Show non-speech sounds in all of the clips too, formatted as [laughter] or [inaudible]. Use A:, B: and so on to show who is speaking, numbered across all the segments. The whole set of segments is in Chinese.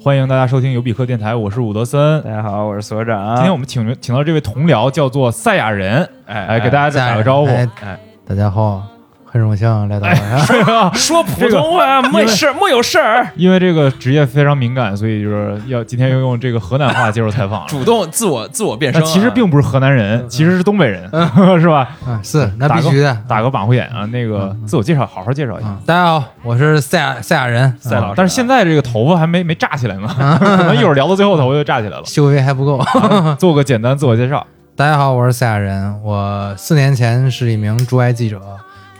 A: 欢迎大家收听尤比克电台，我是伍德森。
B: 大家好，我是所长。
A: 今天我们请请到这位同僚叫做赛亚人，
B: 哎
A: 哎，给大家再打个招呼。哎
C: 哎
B: 哎，
C: 大家好，很荣幸来到
A: [laughs] 是吧
B: 说普通话没事，没有事儿，
A: 因为这个职业非常敏感，所以就是要今天要用这个河南话接受采访。
B: [laughs] 主动自我自我变
A: 那
B: 声啊。
A: 其实并不是河南人，其实是东北人，是吧？
C: 啊，是那
A: 打
C: 必
A: 个
C: 须的
A: 打个马虎眼啊，那个自我介绍，好好介绍一下。
C: 啊！大家好，我是赛亚赛亚人，
A: 赛
C: 啊
A: 老师，但是现在这个头发还没没炸起来呢， [laughs] 可能一会儿聊到最后头发就炸起来了。
C: 修为还不够。 [laughs]
A: 做个简单自我介绍，
C: 大家好，我是赛亚人，我四年前是一名驻外记者，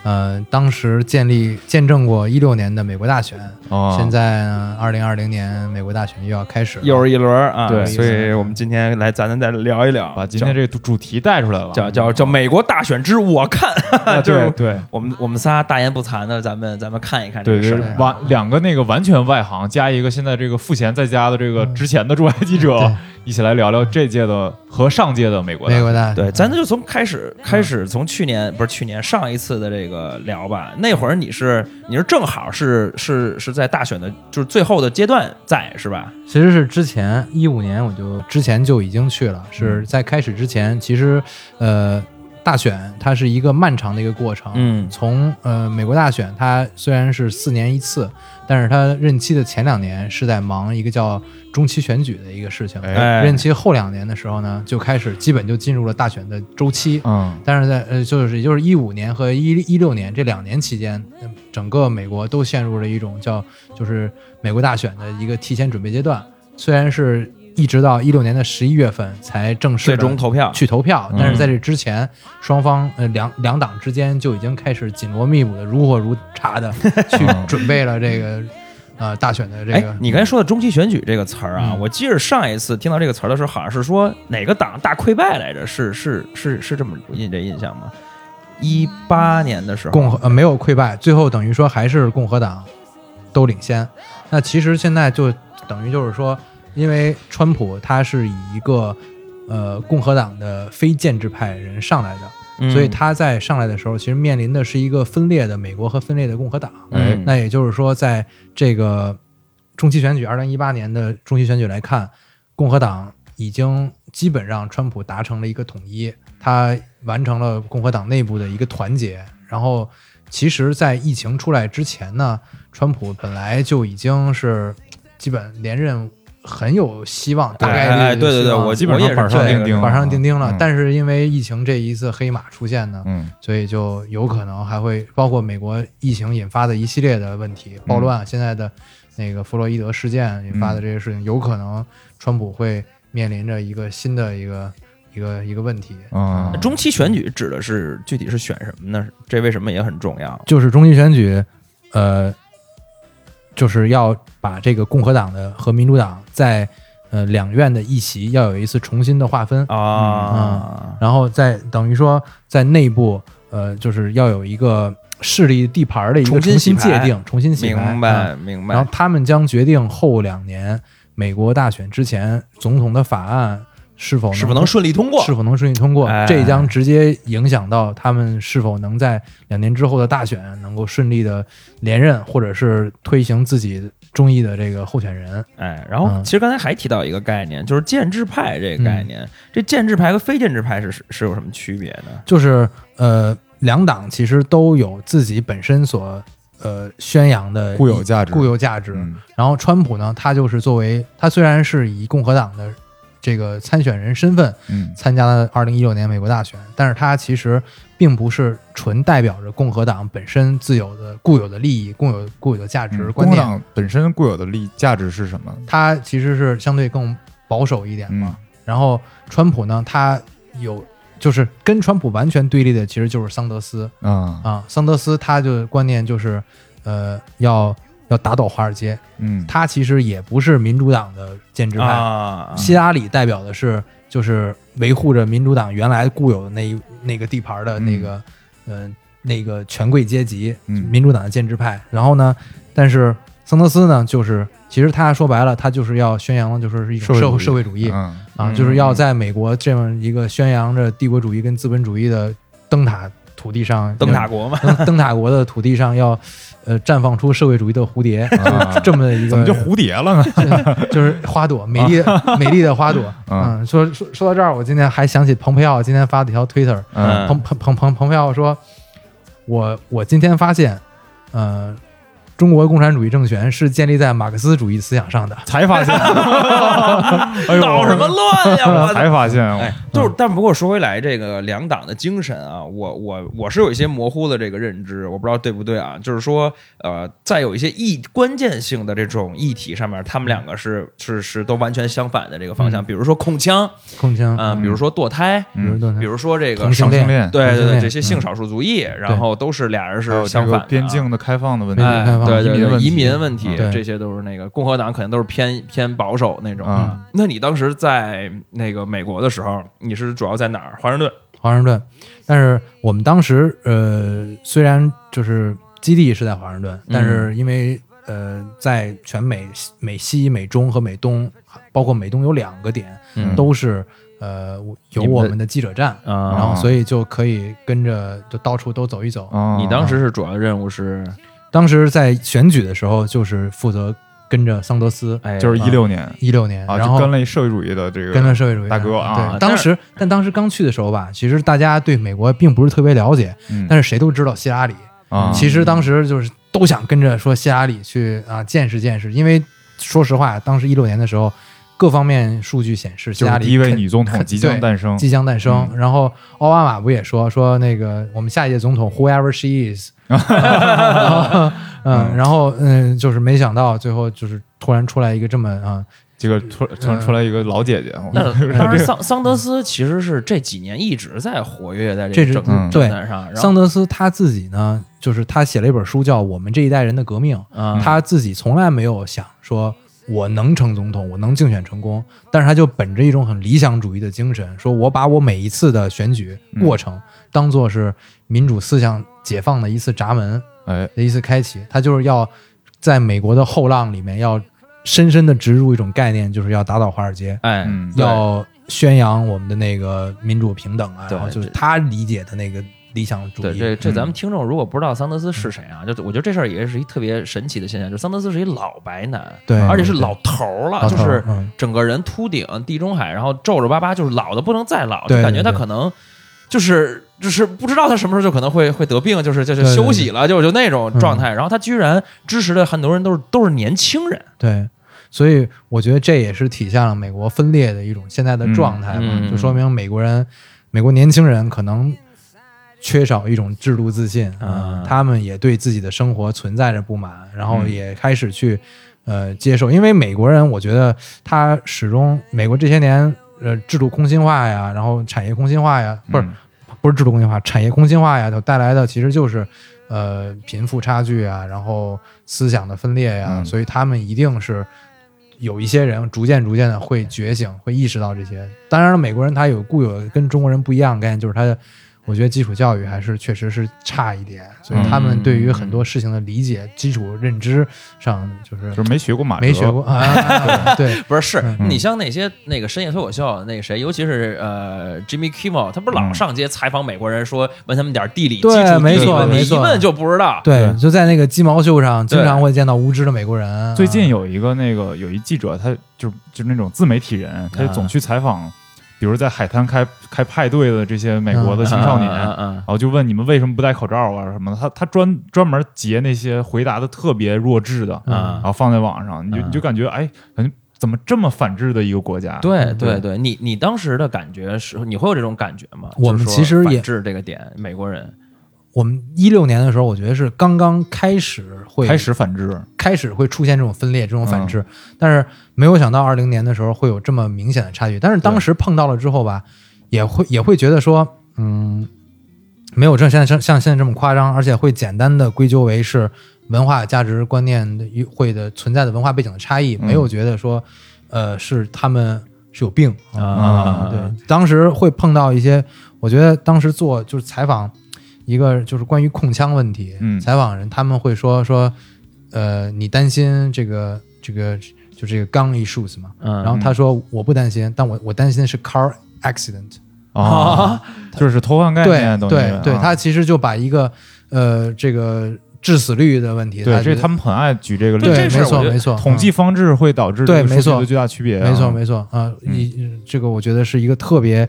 C: 呃，当时建立见证过一六年的美国大选，
A: 哦
C: 现在呢，二零二零年美国大选又要开始了，
B: 又是一轮儿啊。
A: 对
B: 所以我们今天来，咱咱再聊一聊，
A: 把今天这个主题带出来了，
B: 叫叫叫叫美国大选之我 [laughs] 看，
A: 啊
B: 就
A: 对
B: 是
A: 对。
B: 我们我们仨大言不惭的，咱们咱们看一看这
A: 对
B: 个事
A: 对
B: 儿。，
A: 完两个那个完全外行，加一个现在这个赋闲在家的这个之前的驻外记者
C: 对，
A: 一起来聊聊这届的和上届的美国的
C: 美国大
B: 对，咱就从开始开始，从去年不是去年上一次的这个聊吧。那会儿你是你是正好是是是在大选的，就是最后的阶段在是吧？
C: 其实是之前一五年我就之前就已经去了，
A: 嗯
C: 是在开始之前，其实呃，大选它是一个漫长的一个过程。
B: 嗯
C: 从呃美国大选，它虽然是四年一次，但是它任期的前两年是在忙一个叫中期选举的一个事情，
B: 哎
C: 任期后两年的时候呢，就开始基本就进入了大选的周期。
A: 嗯，
C: 但是在呃，就是也就是一五年和一一六年这两年期间，呃整个美国都陷入了一种叫就是美国大选的一个提前准备阶段。虽然是一直到一六年的十一月份才正式
B: 最
C: 地
B: 终投票。
C: 去投票
A: 嗯，
C: 但是在这之前，双方呃两两党之间就已经开始紧锣密鼓的如火如茶的去准备了这个呃大选的这
B: 哎
C: 个，
B: 你刚才说的中期选举这个词儿啊，
C: 嗯
B: 我记着上一次听到这个词儿的时候，好像是说哪个党大溃败来着？是是是是这么印这印象吗？一八年的时候，
C: 共和、呃、没有溃败，最后等于说还是共和党都领先。那其实现在就等于就是说，因为川普他是以一个呃共和党的非建制派人上来的，
B: 嗯
C: 所以他在上来的时候，其实面临的是一个分裂的美国和分裂的共和党。
A: 哎
B: 嗯
C: 那也就是说，在这个中期选举，二零一八年的中期选举来看，共和党已经基本让川普达成了一个统一，他完成了共和党内部的一个团结。然后，其实，在疫情出来之前呢，川普本来就已经是基本连任很有希望，大概率
B: 哎哎
C: 有
B: 对对
C: 希
B: 对，
C: 望
B: 我基本
A: 我
B: 上
A: 也是
B: 板
A: 这
B: 上
A: 样
B: 钉钉。啊
A: 钉
C: 板上钉钉了。
A: 嗯
C: 但是因为疫情这一次黑马出现呢，
A: 嗯
C: 所以就有可能还会包括美国疫情引发的一系列的问题，暴乱，现在的那个弗洛伊德事件引发的这些事情，有可能川普会面临着一个新的一个一个一个问题，
A: 嗯，
B: 中期选举指的是具体是选什么呢？这为什么也很重要？啊
C: 就是中期选举，呃，就是要把这个共和党的和民主党在呃两院的议席要有一次重新的划分，
B: 啊，
C: 然后在等于说在内部，呃，就是要有一个势力地盘儿的一个
B: 重新
C: 重新
B: 洗牌
C: 界定、重新洗牌。
B: 明
C: 嗯
B: 白明
C: 然
B: 白
C: 后。他们将决定后两年美国大选之前总统的法案是否
B: 是否能顺利通过？
C: 是否能顺利通过，
B: 哎
C: 这将直接影响到他们是否能在两年之后的大选能够顺利的连任，或者是推行自己中意的这个候选人。
B: 哎，然后
C: 嗯
B: 其实刚才还提到一个概念，就是建制派这个概念。这建制派和非建制派是是是有什么区别呢？
C: 就是呃，两党其实都有自己本身所呃宣扬的
D: 固有价值
C: 固有价值。
D: 嗯
C: 然后川普呢，他就是作为他虽然是以共和党的这个参选人身份
D: 嗯
C: 参加了2016年美国大选，但是他其实并不是纯代表着共和党本身自有的固有的利益、共有固有的价值
D: 嗯共
C: 观
D: 和
C: 念，
D: 党本身固有的利价值是什么？
C: 他其实是相对更保守一点嘛。
D: 嗯，
C: 然后川普呢，他有就是跟川普完全对立的，其实就是桑德斯
A: 嗯
D: 啊，
C: 啊。桑德斯他就观念就是，呃，要要打倒华尔街。
D: 嗯，
C: 他其实也不是民主党的建制派，
B: 啊，
C: 希拉里代表的是就是维护着民主党原来固有的那一那个地盘的那个，嗯、呃，那个权贵阶级，
D: 嗯
C: 民主党的建制派。然后呢，但是桑德斯呢，就是其实他说白了，他就是要宣扬的就是一种社
D: 社
C: 会
D: 会
C: 社会主义，
D: 嗯
C: 啊，
B: 嗯
C: 就是要在美国这样一个宣扬着帝国主义跟资本主义的灯塔土地上
B: 灯塔国嘛，
C: 灯灯塔国的土地上要，呃，绽放出社会主义的蝴蝶，
A: 啊
C: 这么的一个，
A: 怎么就啊蝴蝶了呢？
C: 就是花朵，美丽美丽的花朵。嗯，说说说到这儿，我今天还想起蓬佩奥今天发的一条推特，
B: 嗯
C: 蓬蓬蓬蓬蓬佩奥说，我我今天发现，呃，中国共产主义政权是建立在马克思主义思想上的。
E: 才发
B: [laughs]
E: 现，哎呦，
B: 捣什么乱呀！
A: 啊
B: 我操！
E: 才发现，
A: 嗯
B: 哎，就是，但不过说回来，这个两党的精神啊，我我我是有一些模糊的这个认知，我不知道对不对啊。就是说，呃，在有一些议关键性的这种议题上面，他们两个是是是都完全相反的这个方向。比如说控枪
C: 空枪，
B: 啊、比如说堕胎，
C: 比
A: 嗯
C: 如说
B: 比如说这个
C: 嗯同性
B: 少
A: 同性
C: 恋，
A: 恋，
B: 对
C: 同性
B: 对对
C: 恋
B: 这些性少数族裔，然后都是俩人
A: 还有
B: 是
A: 这
B: 相
A: 个
B: 反的啊
A: 边。境的开放的问题，
C: 边境开
B: 哎，
C: 放
B: 对对
A: 移民
B: 对，
A: 问题
B: 移民问题，
C: 对
B: 这些都是那个共和党可能都是偏偏保守那种。
C: 嗯
A: 啊
B: 那你当时在那个美国的时候，你是主要在哪儿？华盛顿？
C: 华盛顿。但是我们当时呃，虽然就是基地是在华盛顿，但是因为呃，在全美美西、美中和美东，包括美东有两个点、
B: 嗯
C: 都是呃我有
B: 你们
C: 我
B: 的
C: 们的记者站，
B: 啊
C: 然后所以就可以跟着就到处都走一走。
A: 啊
B: 你当时是主要任务是，
C: 当时在选举的时候，就是负责跟着桑德斯，
B: 哎，
A: 就是一六年
C: 一六年，
A: 啊，
C: 然
A: 就
C: 后
A: 跟了社会主义的这个
C: 跟了社会主义
A: 大哥
C: 党
A: 啊
C: 对，
B: 但
C: 当
B: 是
C: 时但当时刚去的时候吧，其实大家对美国并不是特别了解，
A: 嗯
C: 但是谁都知道希拉里。
A: 啊，
C: 其实当时就是都想跟着说希拉里去啊见识见识，因为说实话，当时一六年的时候，各方面数据显示希
A: 就
C: 拉
A: 是
C: 里
A: 第一位
C: 肯
A: 女嗯总统即将诞生，
C: 即将诞生。然后奥巴马不也说说那个我们下一届总统 whoever
A: [laughs]
C: she is，然后嗯，然后嗯，就是没想到最后就是突然出来一个这么啊，
A: 这个突突然出来一个老姐姐，
C: 嗯
B: 那当时桑桑德斯其实是这几年一直在活跃在
C: 这
B: 个
C: 是
B: 政
A: 嗯
B: 政坛上，然后
C: 桑德斯他自己呢，就是他写了一本书叫《我们这一代人的革命》，
B: 啊
C: 他自己从来没有想说我能成总统，我能竞选成功，但是他就本着一种很理想主义的精神，说我把我每一次的选举过
B: 嗯
C: 程当做是民主思想解放的一次闸门
A: 哎，
C: 的一次开启，他就是要在美国的后浪里面要深深的植入一种概念，就是要打倒华尔街，
B: 哎
A: 嗯，
B: 对
C: 要宣扬我们的那个民主平等啊，
B: 对
C: 然后就是
B: 这
C: 他理解的那个理想主
B: 对，
C: 义。
B: 这这
A: 嗯
B: 咱们听众如果不知道桑德斯是谁啊，就我觉得这事儿也是一特别神奇的现象，就是桑德斯是一老白男，
C: 对
B: 而且是老头儿了，
C: 老
B: 就
C: 头儿
B: 是
C: 嗯
B: 整个人秃顶、地中海，然后皱皱巴巴，就是老的不能再老，
C: 对
B: 就感觉他
C: 对对
B: 可能就是就是不知道他什么时候就可能会会得病，就是就就
C: 对对嗯
B: 休息了，就就那种状态。然后他居然支持的很多人都是都是年轻人，
C: 对，所以我觉得这也是体现了美国分裂的一种现在的状态嘛，
B: 嗯嗯
C: 就说明美国人、美国年轻人可能缺少一种制度自信呃
B: 啊嗯
C: 他们也对自己的生活存在着不满，然后也开始去、呃接受，因为美国人我觉得他始终美国这些年。呃，制度空心化呀，然后产业空心化呀，不是、不是制度空心化，产业空心化呀，它带来的其实就是呃贫富差距啊，然后思想的分裂呀、
A: 嗯
C: 所以他们一定是有一些人逐渐逐渐的会觉醒，会意识到这些。当然了，美国人他有固有跟中国人不一样的概念，就是他的。我觉得基础教育还是确实是差一点，所以他们对于很多事情的理解、基础认知上就是
A: 就是没学过马哲，
C: 没学过啊。对，
B: 不是是、
C: 嗯
B: 你像那些那个深夜脱口秀那个谁，尤其是呃 Jimmy Kimmel，他不是老
A: 嗯
B: 上街采访美国人，说问他们点儿地理基础
C: 对
B: 地理
C: 没
B: 问
C: 错
B: 题
C: 没
B: 你一
C: 错
B: 问就不知道。
C: 对，就在那个鸡毛秀上，经
B: 对
C: 常会见到无知的美国人啊。
A: 最近有一个那个有一记者，他就就是那种自媒体人，他就
C: 啊
A: 总去采访，比如在海滩开开派对的这些美
C: 啊
A: 国的青少年，
B: 嗯嗯
A: 然
B: 嗯嗯
A: 后就问你们为什么不戴口罩啊什么的。他他专专门截那些回答的特别弱智的，
C: 啊
B: 嗯
A: 然后放在网上，你就
B: 嗯
A: 你就感觉哎，感觉怎么这么反智的一个国家？
B: 对
C: 嗯
B: 对
A: 对
B: 对，你你当时的感觉是，你会有这种感觉吗？
C: 我们
B: 就是说
C: 其实
B: 反
C: 也
B: 制这个点，美国人
C: 我们一六年的时候，我觉得是刚刚开始会
A: 开始嗯反制，
C: 开始会出现这种分裂、这种反制，但是没有想到二零年的时候会有这么明显的差距。但是当时碰到了之后吧，也会也会觉得说，嗯，没有这像像像现在这么夸张，而且会简单的归咎为是文化价值观念的与会的存在的文化背景的差异，
A: 嗯
C: 没有觉得说，呃，是他们是有病嗯
B: 啊
C: 对，当时会碰到一些，我觉得当时做就是采访一个就是关于控枪问题，
A: 嗯
C: 采访人他们会说说，呃，你担心这个这个就这个 gun issues 嘛？
B: 嗯
C: 然后他说我不担心，但我我担心的是 car accident，、
F: 啊，
A: 就是偷换概
C: 对
A: 念，等于
C: 对对，
A: 啊
C: 他其实就把一个呃这个致死率的问题，
A: 对，
C: 觉
A: 这
C: 得
A: 他们很爱举这个例
C: 对
B: 这
A: 子
B: 事。儿
C: 没
B: 我
C: 错
B: 觉得
C: 没错，
A: 统计方式会导致
C: 对
A: 这个数
C: 没
A: 据
C: 错
A: 的巨大区别
C: 嗯
A: 啊，嗯
C: 没错没错啊，一这个我觉得是一个特别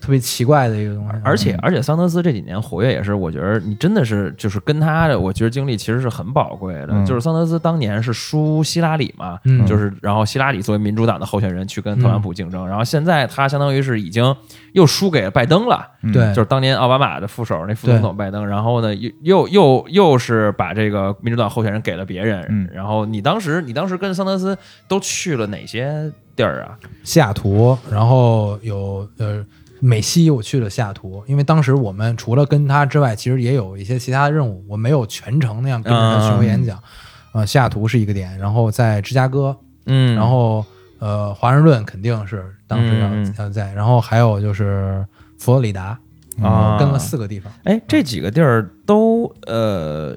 C: 特别奇怪的一个东西，
B: 而且而且桑德斯这几年活跃也是，我觉得你真的是就是跟他的，我觉得经历其实是很宝贵的。
A: 嗯
B: 就是桑德斯当年是输希拉里嘛，
C: 嗯
B: 就是然后希拉里作为民主党的候选人去跟特朗普竞争，然后现在他相当于是已经又输给拜登了。
A: 嗯
C: 对
B: 就是当年奥巴马的副手那副总统拜登，然后呢又又又又是把这个民主党候选人给了别人，
A: 嗯
B: 然后你当时你当时跟桑德斯都去了哪些地儿啊？
C: 西雅图，然后有呃美西，我去了西雅图，因为当时我们除了跟他之外，其实也有一些其他的任务，我没有全程那样跟着他巡回演讲。呃，西雅图是一个点，然后在芝加哥，
B: 嗯
C: 然后呃华盛顿肯定是当时要、
B: 嗯嗯
C: 要在，然后还有就是佛罗里达，
A: 嗯
B: 啊
C: 跟了四个地方。
B: 哎，这几个地儿都呃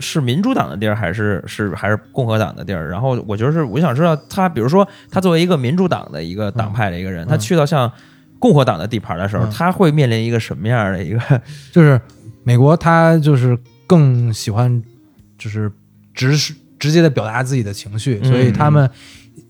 B: 是民主党的地儿，还是是还是共和党的地儿？然后我觉得是，我想知道他，比如说他作为一个民主党的一个党派的一个人，
C: 嗯
B: 他去到像共和党的地盘的时候，
C: 嗯
B: 他会面临一个什么样的一个？
C: 就是美国，他就是更喜欢就是直直接的表达自己的情绪，
B: 嗯
C: 所以他们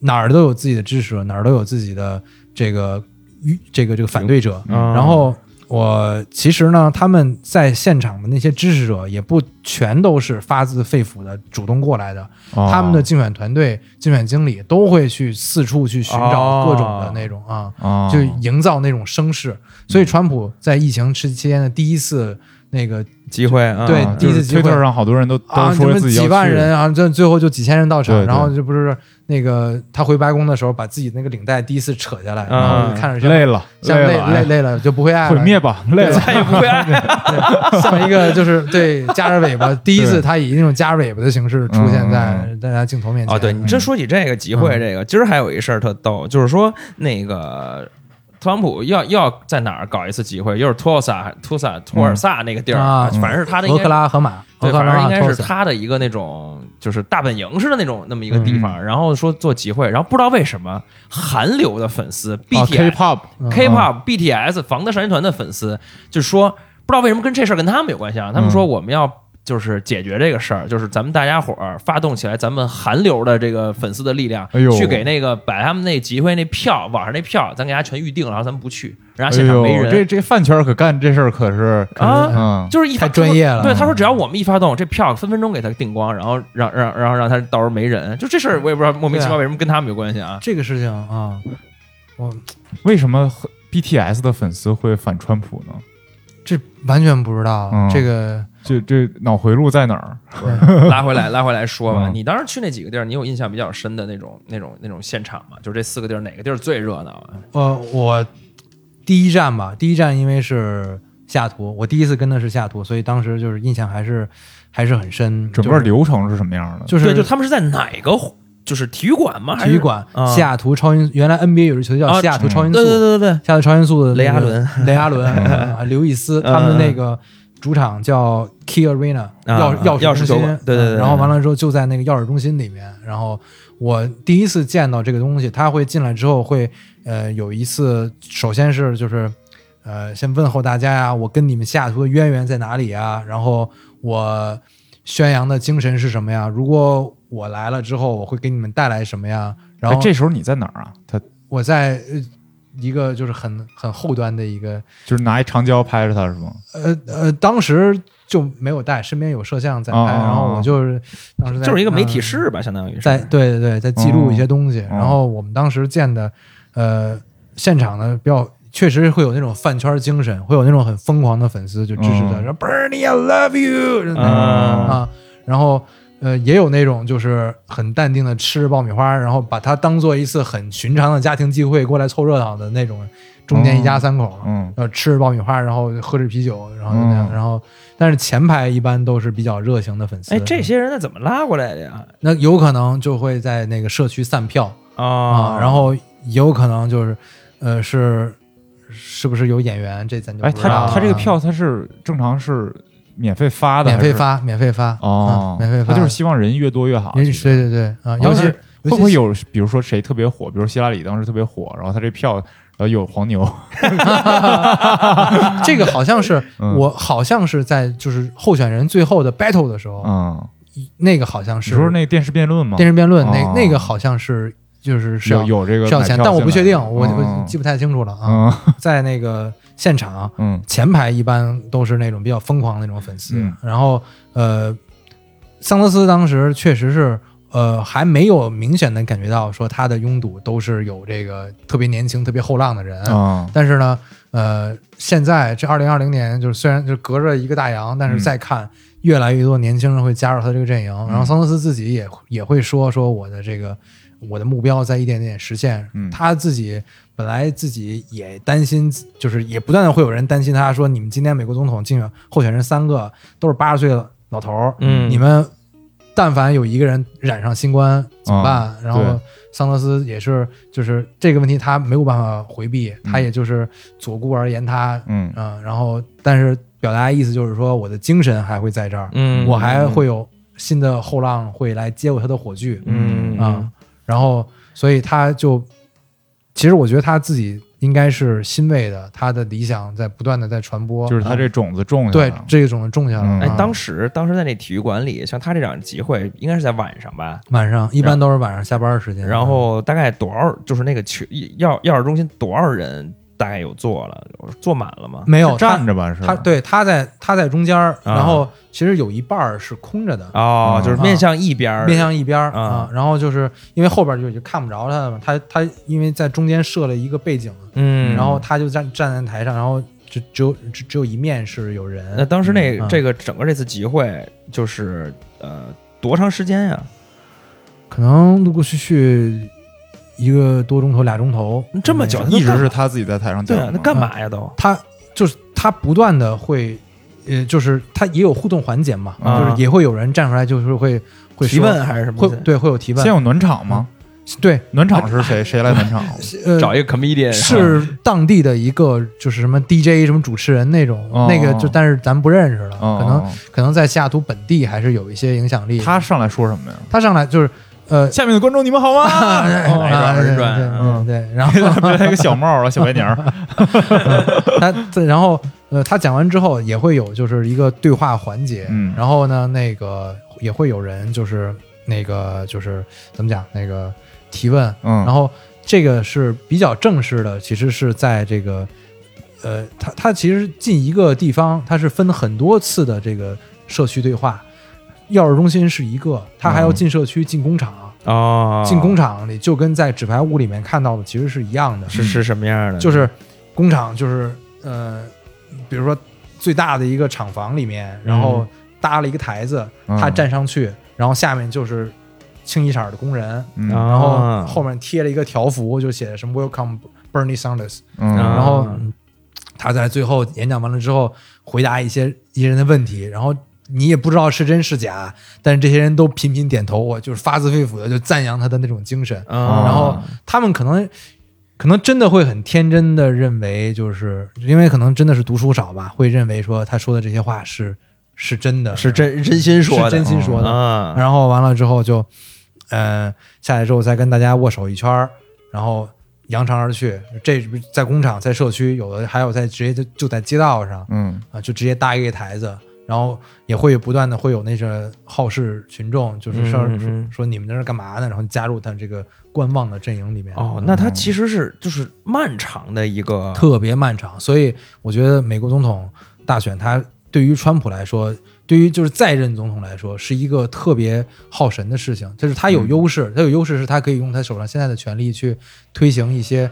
C: 哪儿都有自己的支持者，哪儿都有自己的这个与这个这个反对者。
A: 嗯
C: 然后我其实呢，他们在现场的那些支持者也不全都是发自肺腑的主动过来的，
A: 哦
C: 他们的竞选团队、竞选经理都会去四处去寻找
B: 哦
C: 各种的那种啊。
A: 哦
C: 就营造那种声势。
A: 嗯
C: 所以川普在疫情期间的第一次那个
B: 机会啊，
C: 对
A: 啊
C: 第一
A: 就
C: 次
A: 是
C: 机会
A: 推特上好多人都
C: 啊，
A: 都
C: 什
A: 说
C: 么
A: 自己要
C: 几万
A: 去
C: 人啊，这最后就几千人到场，
A: 对对
C: 然后这不是那个他回白宫的时候把自己那个领带第一次扯下来，然后看着像
A: 啊累了，
C: 像累
A: 了，
C: 累
A: 哎
C: 累了就不会爱了，
A: 毁灭吧，累了，
B: 再也不会爱了。
C: 对像一个就是对夹着尾巴，第一次
A: 对
C: 他以那种夹着尾巴的形式出现在大家镜头面前。
B: 哦，对你真说起这个集会，
C: 嗯
B: 这个今儿还有一事儿特逗，就是说那个特朗普要要在哪儿搞一次集会，又是托萨托萨托尔萨那个地儿，
C: 嗯啊
B: 反正是他的应
C: 俄
B: 该
C: 克拉荷马，
B: 对，
C: 俄克
B: 反
C: 拉
B: 正应
C: 荷马
B: 该
C: 托
B: 是
C: 斯，
B: 他的一个那种就是大本营似的那种那么一个地
C: 嗯
B: 方，然后说做集会，然后不知道为什么韩流的粉丝
A: 啊
C: 哦
B: BTS、
A: K-pop，嗯
B: K-pop、BTS 防弹少年团的粉丝就说，不知道为什么跟这事儿跟他们有关系
A: 嗯
B: 啊，他们说我们要。就是解决这个事儿，就是咱们大家伙儿发动起来，咱们韩流的这个粉丝的力量，
A: 哎呦
B: 去给那个把他们那集会那票，网上那票，咱给大家全预定了，然后咱们不去，然后
A: 哎
B: 现场没
A: 呦，
B: 人，
A: 这这饭圈可干这事儿可是
B: 啊
A: 嗯，
B: 就是一发
C: 太专业了
B: 对，他说只要我们一发动，这票分分钟给他定光，然后让让然后让他到时候没人。就这事儿我也不知道莫
A: 啊
B: 名其妙为什么跟他们有关系啊。
C: 这个事情啊，我
A: 为什么 BTS 的粉丝会反川普呢？
C: 这完全不知道
A: 嗯
C: 这个。
A: 这这脑回路在哪儿？
C: [laughs]
B: 拉回来拉回来说吧，
A: 嗯
B: 你当时去那几个地儿，你有印象比较深的那种那种那种现场吗？就这四个地儿哪个地儿最热闹啊？
C: 呃，我第一站吧，第一站因为是西雅图，我第一次跟的是西雅图，所以当时就是印象还是还是很深。
A: 整个流程是什么样的？
C: 就是
B: 对，
C: 就
B: 就是他们是在哪个就是体育馆吗？还
C: 体
B: 是
C: 育馆，
B: 啊
C: 西雅图超音，原来 NBA 有支球队叫
B: 啊
C: 西雅图超音速，
B: 对对对对对，
C: 西雅图超音速的那个
B: 雷阿伦、
C: [laughs]
B: 嗯
C: 雷
B: [laughs]
C: 阿伦、啊刘易斯他们那个。主场叫 Key Arena，
B: 啊
C: 钥
B: 啊钥匙
C: 匙
B: 球
C: 中心
B: 馆，对对对
C: 嗯然后完了之后就在那个钥匙中心里面，然后我第一次见到这个东西，他会进来之后会呃有一次，首先是就是呃先问候大家呀、我跟你们西雅图的渊源在哪里啊？然后我宣扬的精神是什么呀？如果我来了之后，我会给你们带来什么呀？然
A: 哎，
C: 后
A: 这时候你在哪儿啊？他
C: 我在呃一个就是很很后端的一个
A: 就是拿一长焦拍着他是吗？
C: 呃呃，当时就没有带，身边有摄像在拍，
A: 哦哦哦
C: 然后我就是当时在
B: 就是一个媒体、
C: 嗯
B: 室吧，相当于是
C: 在对对对，在记录一些东西。
A: 哦
C: 然后我们当时见的，呃，现场呢比较。确实会有那种饭圈精神，会有那种很疯狂的粉丝就支持他，
A: 嗯
C: 说 Bernie I love you 就那
B: 嗯
C: 种啊，然后呃也有那种就是很淡定的吃爆米花，然后把它当做一次很寻常的家庭聚会过来凑热闹的那种，中间一家三口，
A: 嗯，
C: 呃，吃着爆米花，然后喝着啤酒，然后就那样，
A: 嗯
C: 然后但是前排一般都是比较热情的粉丝，
B: 哎，这些人那怎么拉过来的呀？
C: 那有可能就会在那个社区散票啊，
B: 啊
C: 然后有可能就是，呃，是是不是有演员？这咱就
A: 哎，
C: 不知道
A: 他
C: 了
A: 他这个
C: 啊
A: 票他是正常是免费发的，
C: 免费
A: 还是
C: 发，免费发
A: 哦
C: 嗯，免费发
A: 他就是希望人越多越好。
C: 人
A: 其实哦
C: 对对对啊，尤其
B: 是
C: 尤
A: 会
C: 其
A: 不会有，比如说谁特别火，比如希拉里当时特别火，然后他这票，然后有黄牛，
C: 这个好像是、
A: [laughs] 嗯
C: 我好像是在就是候选人最后的 battle 的时候，
A: 嗯，
C: 那个好像
A: 你
C: 是
A: 说那个电视辩论吗？
C: 电视辩论、
A: 哦
C: 那那个好像是就是是要
A: 有有这个
C: 是要钱，
A: 买票
C: 但我不确
A: 进来
C: 定，
A: 的
C: 我我
A: 嗯
C: 记不太清楚了啊。
A: 嗯
C: 在那个现场
A: 嗯
C: 前排一般都是那种比较疯狂的那种粉丝，
A: 嗯
C: 然后呃，桑德斯当时确实是。呃，还没有明显的感觉到说他的拥堵都是有这个特别年轻、特别后浪的人，
A: 嗯
C: 但是呢，呃，现在这二零二零年，就是虽然就隔着一个大洋，但是
A: 嗯
C: 再看、越来越多年轻人会加入他这个阵营，然后桑德斯自己也也会说说我的这个我的目标在一点点实现，
A: 嗯
C: 他自己。本来自己也担心，就是也不断的会有人担心他说：“你们今天美国总统竞选候选人三个都是八十岁的老头儿，
G: 嗯
C: 你们但凡有一个人染上新冠怎么办？然后
A: 嗯对
C: 桑德斯也是，就是这个问题他没有办法回避，他也就是左顾而言他，
A: 嗯
C: 嗯、然后但是表达意思就是说我的精神还会在这儿，
G: 嗯
C: 我还会有新的后浪会来接我他的火炬啊、
G: 嗯
C: 然后所以他就，其实我觉得他自己应该是欣慰的，他的理想在不断的在传播，
A: 就是他这种子种下
C: 对
A: 了
C: 这种种下了。
A: 嗯
G: 哎
C: 啊，
G: 当时当时在那体育馆里，像他这场集会应该是在晚上吧，
C: 啊晚上一般都是晚上下班时间，
G: 然后大概多少就是那个球药药师中心多少人大概有坐了，坐满了吗？
C: 没有
A: 是
C: 他
A: 站着吧是
C: 他对他在他在中间儿，
G: 啊
C: 然后其实有一半儿是空着的，
G: 哦，就是面向一边儿，
C: 面向一边儿
G: 啊
C: 啊、然后就是因为后边儿就已经看不着他了嘛，他他因为在中间设了一个背景，
G: 嗯，
C: 然后他就站站在台上，然后只只有只只有一面是有
G: 那
C: 人，
G: 呃当时那
C: 嗯
G: 这个整个这次集会就是呃多长时间呀？
C: 可能陆陆续续一个多钟头俩钟头，
G: 嗯这么久，
A: 一直是他自己在台上
G: 对
A: 讲
G: 啊
A: 的，
G: 那干嘛呀都？
C: 他就是他不断的会，呃，就是他也有互动环节嘛，
G: 啊
C: 就是也会有人站出来，就是会会
G: 提
C: 说
G: 问还是什么
C: 会
G: 意思
C: 对会有提问
A: 先，有暖场吗？
C: 对
A: 暖场是
C: [laughs]
A: 谁？谁来暖场？哦
C: 呃
G: 找一个 comedian
C: 是当地的一个就是什么 DJ 什么主持人那种，
A: 哦
C: 那个就但是咱不认识了，
A: 哦
C: 可能可能在西雅图本地还是有一些影响力。
A: 他上来说什么呀？
C: 他上来就是呃，
A: 下面的观众你们好吗？
C: 啊
G: 来一段
C: 对
G: 二转
C: 对
A: 嗯
C: 对对，然后
A: 给 [laughs] 他别来一个小帽儿
C: [laughs]
A: 啊，小白娘儿。
C: 他对然后呃，他讲完之后也会有就是一个对话环节，
A: 嗯
C: 然后呢，那个也会有人就是那个就是怎么讲那个提问，
A: 嗯，
C: 然后这个是比较正式的，其实是在这个，呃，它它其实进一个地方，它是分很多次的这个社区对话。药师中心是一个，它还要
A: 嗯
C: 进社区、进工厂，
A: 啊
G: 哦，
C: 进工厂里就跟在纸牌屋里面看到的其实是一样的，
G: 是是什么样的？
C: 就是工厂就是呃，比如说最大的一个厂房里面，然后搭了一个台子，
A: 嗯
C: 他站上去，然后下面就是清一色儿的工人，
A: 嗯
G: 啊
C: 然后后面贴了一个条幅，就写什么 “Welcome Bernie Sanders”，
A: 嗯
G: 啊
C: 然后嗯他在最后演讲完了之后回答一些一些人的问题，然后你也不知道是真是假，但是这些人都频频点头，我就是发自肺腑的就赞扬他的那种精神，
A: 哦
G: 啊，
C: 然后他们可能。可能真的会很天真的认为，就是因为可能真的是读书少吧，会认为说他说的这些话是是真的，
G: 是真真心说
C: 是
G: 的，
C: 真心说的。
G: 啊，
C: 然后完了之后就，呃，下来之后再跟大家握手一圈儿，然后扬长而去。这在工厂，在社区，有的还有在直接就就在街道上
A: 嗯
C: 啊，就直接搭一个台子，然后也会不断的会有那些好事群众，就是说、
G: 嗯嗯嗯
C: 说你们在这儿干嘛呢？然后加入他这个观望的阵营里面。
G: 哦，那它其实是就是漫长的一个
C: 特别漫长，所以我觉得美国总统大选，它对于川普来说，对于就是在任总统来说，是一个特别耗神的事情。就是
A: 嗯
C: 他有优势，他有优势是他可以用他手上现在的权力去推行一些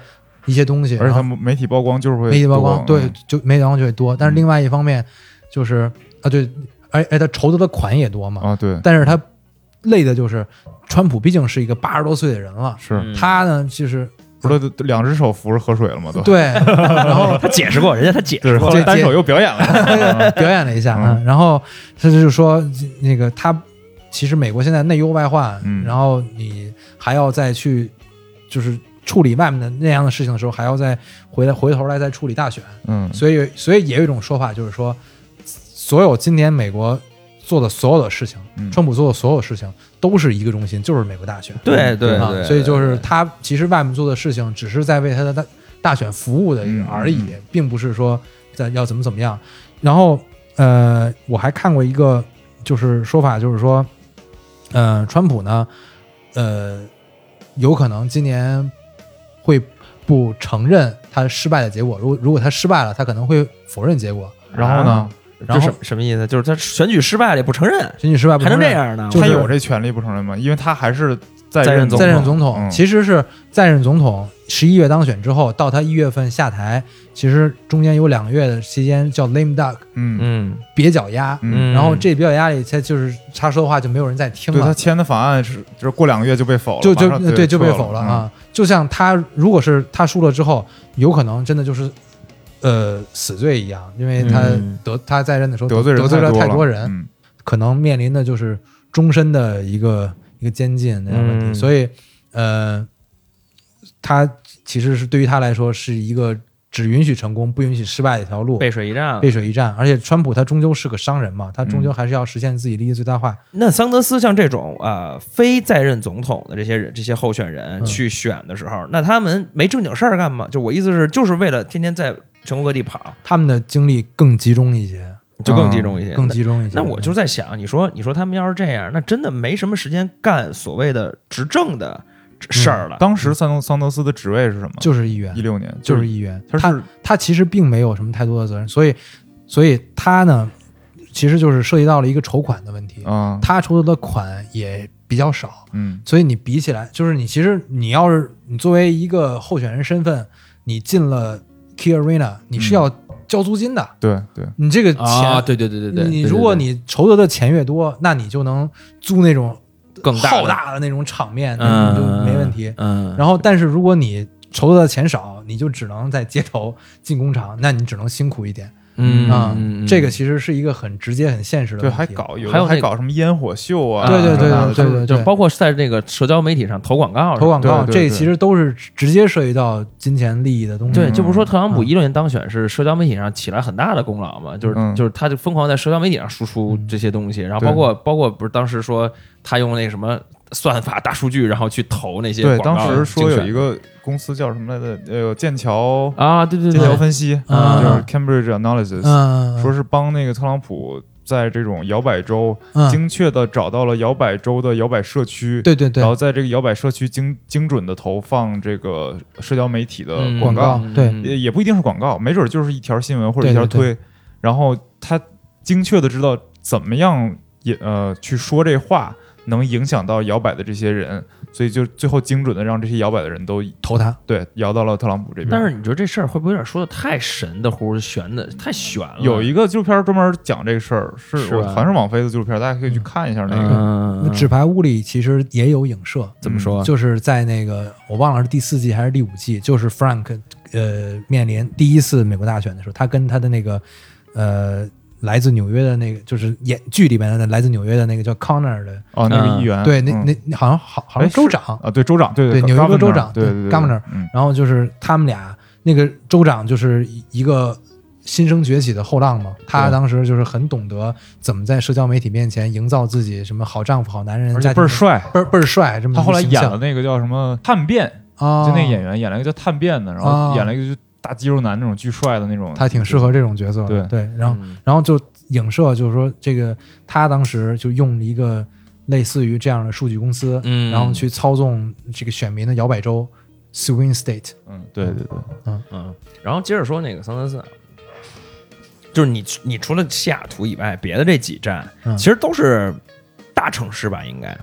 C: 一些东西，
A: 而且
C: 然后
A: 他们媒体曝光就是嗯会
C: 媒体曝光，
A: 多嗯
C: 对，，就媒体曝光就会多。但是另外一方面，就是啊，对，而而他筹得的款也多嘛，
A: 啊，对，
C: 但是他累的就是川普毕竟是一个八十多岁的人了，
G: 嗯
A: 是，
C: 他呢就是
A: 不是都两只手扶着喝水了吗？都，
C: 对，然后
G: 他解释过，人家他解
A: 对，
G: 释过
A: 后来单手又表演
C: [laughs]
A: 了。
C: 表演了一下，
A: 嗯
C: 嗯，然后他就说那个他其实美国现在内忧外患，
A: 嗯
C: 然后你还要再去就是处理外面的那样的事情的时候，还要再回来回头来再处理大选，
A: 嗯
C: 所以所以也有一种说法就是说，所有今年美国做的所有的事情，
A: 嗯
C: 川普做的所有事情都是一个中心，就是美国大选。
G: 对对
C: 啊
G: 对，
C: 所以就是他其实外面做的事情，只是在为他的大大选服务的
G: 嗯
C: 一个而已，并不是说在要怎么怎么样。然后呃，我还看过一个就是说法，就是说，呃，川普呢，呃，有可能今年会不承认他失败的结果。如果如果他失败了，他可能会否认结果。
A: 然后呢，
C: 然
G: 这
C: 后
G: 什什么意思？就是他选举失败了也不承认，
C: 选举失败不
G: 还能
C: 承
G: 这
C: 认，
G: 样呢？
C: 就
A: 他
C: 是
A: 有这权利不承认吗？因为他还是在
G: 在任
A: 任
G: 总
C: 在任
G: 统
C: 总统、
A: 嗯
C: 其实是在任总统十一月当选之后，到他一月份下台，其实中间有两个月的期间叫 lame duck
A: 嗯
G: 嗯
C: 蹩脚鸭，
G: 嗯，
C: 然后这蹩脚鸭里，他就是他说的话就没有人再听
A: 对他
C: 了，
A: 签的法案是，就是过两个月就被否了，
C: 就就
A: 马上
C: 对就被
A: 撤
C: 否了
A: 嗯
C: 啊。就像他如果是他输了之后，有可能真的就是呃死罪一样，因为他
G: 嗯
C: 得、他在任的时候
A: 得罪人
C: 得罪了
A: 太
C: 太
A: 多
C: 多人，
A: 嗯
C: 可能面临的就是终身的一个一个监禁那样的问题，
G: 嗯
C: 所以呃，他其实是对于他来说是一个只允许成功不允许失败的一条路，
G: 背水一战。
C: 背水一战。而且川普他终究是个商人
A: 嗯
C: 嘛，他终究还是要实现自己利益最大化。
G: 那桑德斯像这种啊、呃非在任总统的这些人、这些候选人
C: 嗯
G: 去选的时候，那他们没正经事儿干吗？就我意思是，就是为了天天在全国各地跑，
C: 他们的精力更集中一些，
G: 就嗯更集中一些。
C: 更
G: 那
C: 集中一些。
G: 那我就在想，你说你说他们要是这样，那真的没什么时间干所谓的执政的事儿了。
A: 当时桑德桑德斯的职位是什么？
C: 就是议员
A: 一，六年，
C: 哎就
A: 就是
C: 议员，
A: 他
C: 他
A: 是
C: 他其实并没有什么太多的责任，所以所以他呢，其实就是涉及到了一个筹款的问题。
A: 啊，
C: 他筹得的款也比较少，
A: 嗯
C: 所以你比起来，就是你其实你要是你作为一个候选人身份，你进了 Key Arena，你是要交租金的，
A: 对对，
C: 你这个钱，
B: 啊，对对对对对，
C: 你
B: 对
C: 如果你筹得的钱越多，那你就能租那种
G: 更大的
C: 浩大的那种场面，
B: 嗯
C: 你就没问题。
B: 嗯，
C: 然后，但是如果你筹得的钱少，你就只能在街头进工厂，那你只能辛苦一点
B: 嗯
C: 啊、
B: 嗯嗯
C: 这个其实是一个很直接、很现实的
A: 对，
C: 问题。
A: 还搞有
B: 还有
A: 的
B: 那
A: 还
B: 个
A: 搞什么烟火秀啊，
C: 对对对
A: 啊
C: 对对对，
B: 就是包括在那个社交媒体上投广告是吧，
C: 投广告，
A: 对对
C: 这
A: 对
C: 其实都是直接涉及到金钱利益的东西。
B: 对，
A: 嗯
B: 就不是说特朗普一六年当选是社交媒体上起了很大的功劳嘛，就是、
A: 嗯
B: 就是他就疯狂在社交媒体上输出这些东西，然后包括包括不是当时说他用那个什么算法大数据，然后去投那些
A: 对，
B: 广
A: 当
B: 告
A: 时说有
B: 竞选
A: 一个公司叫什么来着？呃，剑桥
B: 啊，对对
A: 剑桥
B: 对，
A: 分析，
C: 嗯
A: 就是 Cambridge Analysis，
C: 嗯，
A: 说是帮那个特朗普在这种摇摆州
C: 嗯
A: 精确的找到了摇摆州的摇摆社区，
C: 对对对
A: 然后在这个摇摆社区精精准的投放这个社交媒体的
B: 嗯
A: 呃广告，
C: 对
A: 也也不一定是广告，没准就是一条新闻或者
C: 对
A: 一条
C: 对
A: 推，然后他精确的知道怎么样也呃去说这话能影响到摇摆的这些人，所以就最后精准的让这些摇摆的人都
C: 投他，
A: 对摇到了特朗普这边。
B: 但是你觉得这事儿会不会有点说的太神的乎悬的太悬了？
A: 有一个纪录片专门讲这个事儿，是
B: 是
A: 我
B: 吧
A: 好像是网飞的纪录片，大家可以去看一下那个。
B: 嗯，
C: 纸牌屋里其实也有影射，
B: 怎么
A: 嗯啊
B: 说？
C: 就是在那个我忘了是第四季还是第五季，就是 Frank 呃面临第一次美国大选的时候，他跟他的那个呃来自纽约的那个就是演剧里面的来自纽约的那个叫 Connor 的，
A: 哦，那个议员，
C: 对，那
A: 嗯
C: 那那好像好好像
A: 哎
C: 州长，
A: 啊，对州长，对
C: 对纽约州
A: governor，
C: 州长
A: 对
C: 对
A: 对对
C: governor
A: 嗯
C: 然后就是他们俩那个州长就是一个新生崛起的后浪嘛，他
A: 对
C: 当时就是很懂得怎么在社交媒体面前营造自己什么好丈夫、好男人，
A: 而
C: 家
A: 且倍
C: 庭
A: 儿帅。
C: 倍儿倍儿帅这么
A: 他
C: 一
A: 后
C: 个
A: 来
C: 形
A: 演
C: 象
A: 了那个叫什么《叛变》，
C: 啊，
A: 就那演员演了一个叫探变的，然
C: 啊
A: 后演了一个就大肌肉男那种巨帅的那种，
C: 他挺适合这种角色的，对然后
A: 嗯
C: 然后就影射就是说这个他当时就用了一个类似于这样的数据公司，
B: 嗯
C: 然后去操纵这个选民的摇摆州 swing state，
A: 嗯，对对对，
B: 嗯，
G: 然后接着说那个桑德斯，啊就是你你除了西雅图以外，别的这几站、
C: 嗯
G: 其实都是大城市吧？应该
A: 啊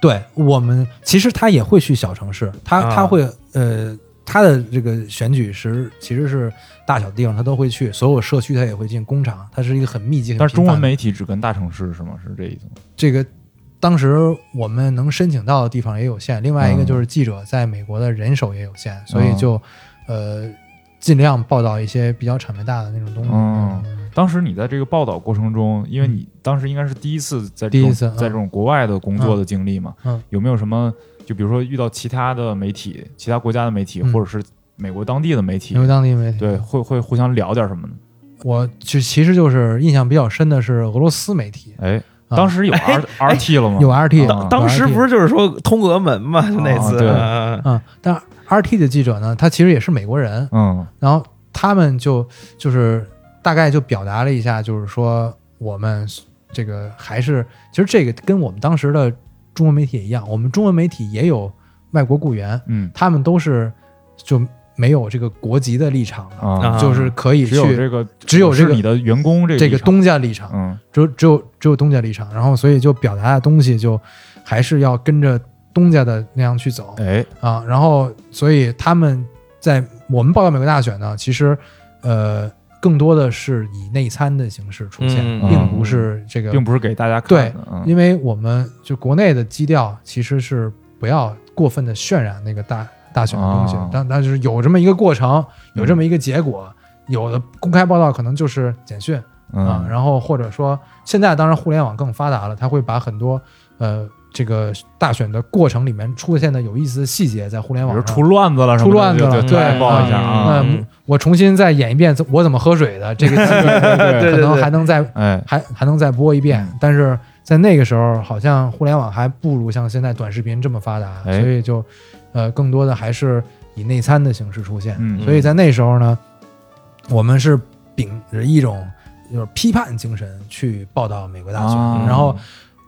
C: 对我们其实他也会去小城市，他
G: 啊
C: 他会呃他的这个选举时其实是大小地方他都会去，所有社区他也会进，工厂他是一个很密集，很
A: 但是中
C: 频繁
A: 文
C: 的
A: 媒体只跟大城市是吗？是这意思吗？
C: 这个当时我们能申请到的地方也有限，另外一个
A: 嗯
C: 就是记者在美国的人手也有限，所
A: 哦
C: 以就呃尽量报道一些比较场面大的那种东西。
A: 嗯，当时你在这个报道过程中，因为你当时应该是第一次在这
C: 嗯第
A: 种
C: 一次嗯
A: 在这种国外的工作的经历嘛，
C: 嗯
A: 有没有什么就比如说遇到其他的媒体、其他国家的媒体，
C: 嗯
A: 或者是美国当地的媒体
C: 因，为当地媒体，
A: 对，会会互相聊点什么呢？
C: 我就其实就是印象比较深的是俄罗斯媒体，
A: 哎，
C: 啊
A: 当时有 R R T 了吗？
C: 有 RT，
A: 当
G: 当时不
C: 是
G: 是就是说通俄门嘛，就那次。
A: 啊对
G: 嗯
C: 啊，但 RT 的记者呢，他其实也是美国人，
A: 嗯
C: 然后他们就就是大概就表达了一下，就是说我们这个还是其实这个跟我们当时的中文媒体也一样，我们中文媒体也有外国雇员，
A: 嗯
C: 他们都是就没有这个国籍的立场的，
A: 啊，
G: 啊
C: 就是可以
A: 只有
C: 去
A: 这个
C: 只有这个
A: 是你的员工这个
C: 这个
A: 立场
C: 东家立场，
A: 嗯
C: 只有只有只有东家立场，然后所以就表达的东西就还是要跟着东家的那样去走，
A: 哎
C: 啊，然后所以他们在我们报道美国大选呢，其实呃更多的是以内参的形式出现，
G: 嗯
C: 并不是这个，
A: 并不是给大家
C: 对
A: 看的，嗯
C: 因为我们就国内的基调其实是不要过分的渲染那个大大选的东西
A: 哦，
C: 但但是有这么一个过程，有这
A: 嗯
C: 么一个结果。有的公开报道可能就是简讯啊，
A: 嗯
C: 然后或者说现在当然互联网更发达了，它会把很多呃这个大选的过程里面出现的有意思的细节在互联
A: 比
C: 网
A: 如
C: 上
A: 出乱子了什么的，
C: 出乱子
A: 就
C: 了哎
A: 就
C: 对嗯
A: 再报一下啊，
C: 那我重新再演一遍我怎么喝水的这个
A: [laughs] 对嗯
C: 可
G: 对
C: 能还能再
A: 哎，
C: 还还能再播一遍，但是在那个时候，好像互联网还不如像现在短视频这么发达，
A: 哎
C: 所以就呃更多的还是以内参的形式出现。
A: 嗯
C: 所以在那时候呢，我们是秉着一种就是批判精神去报道美国大选，
A: 啊
C: 然后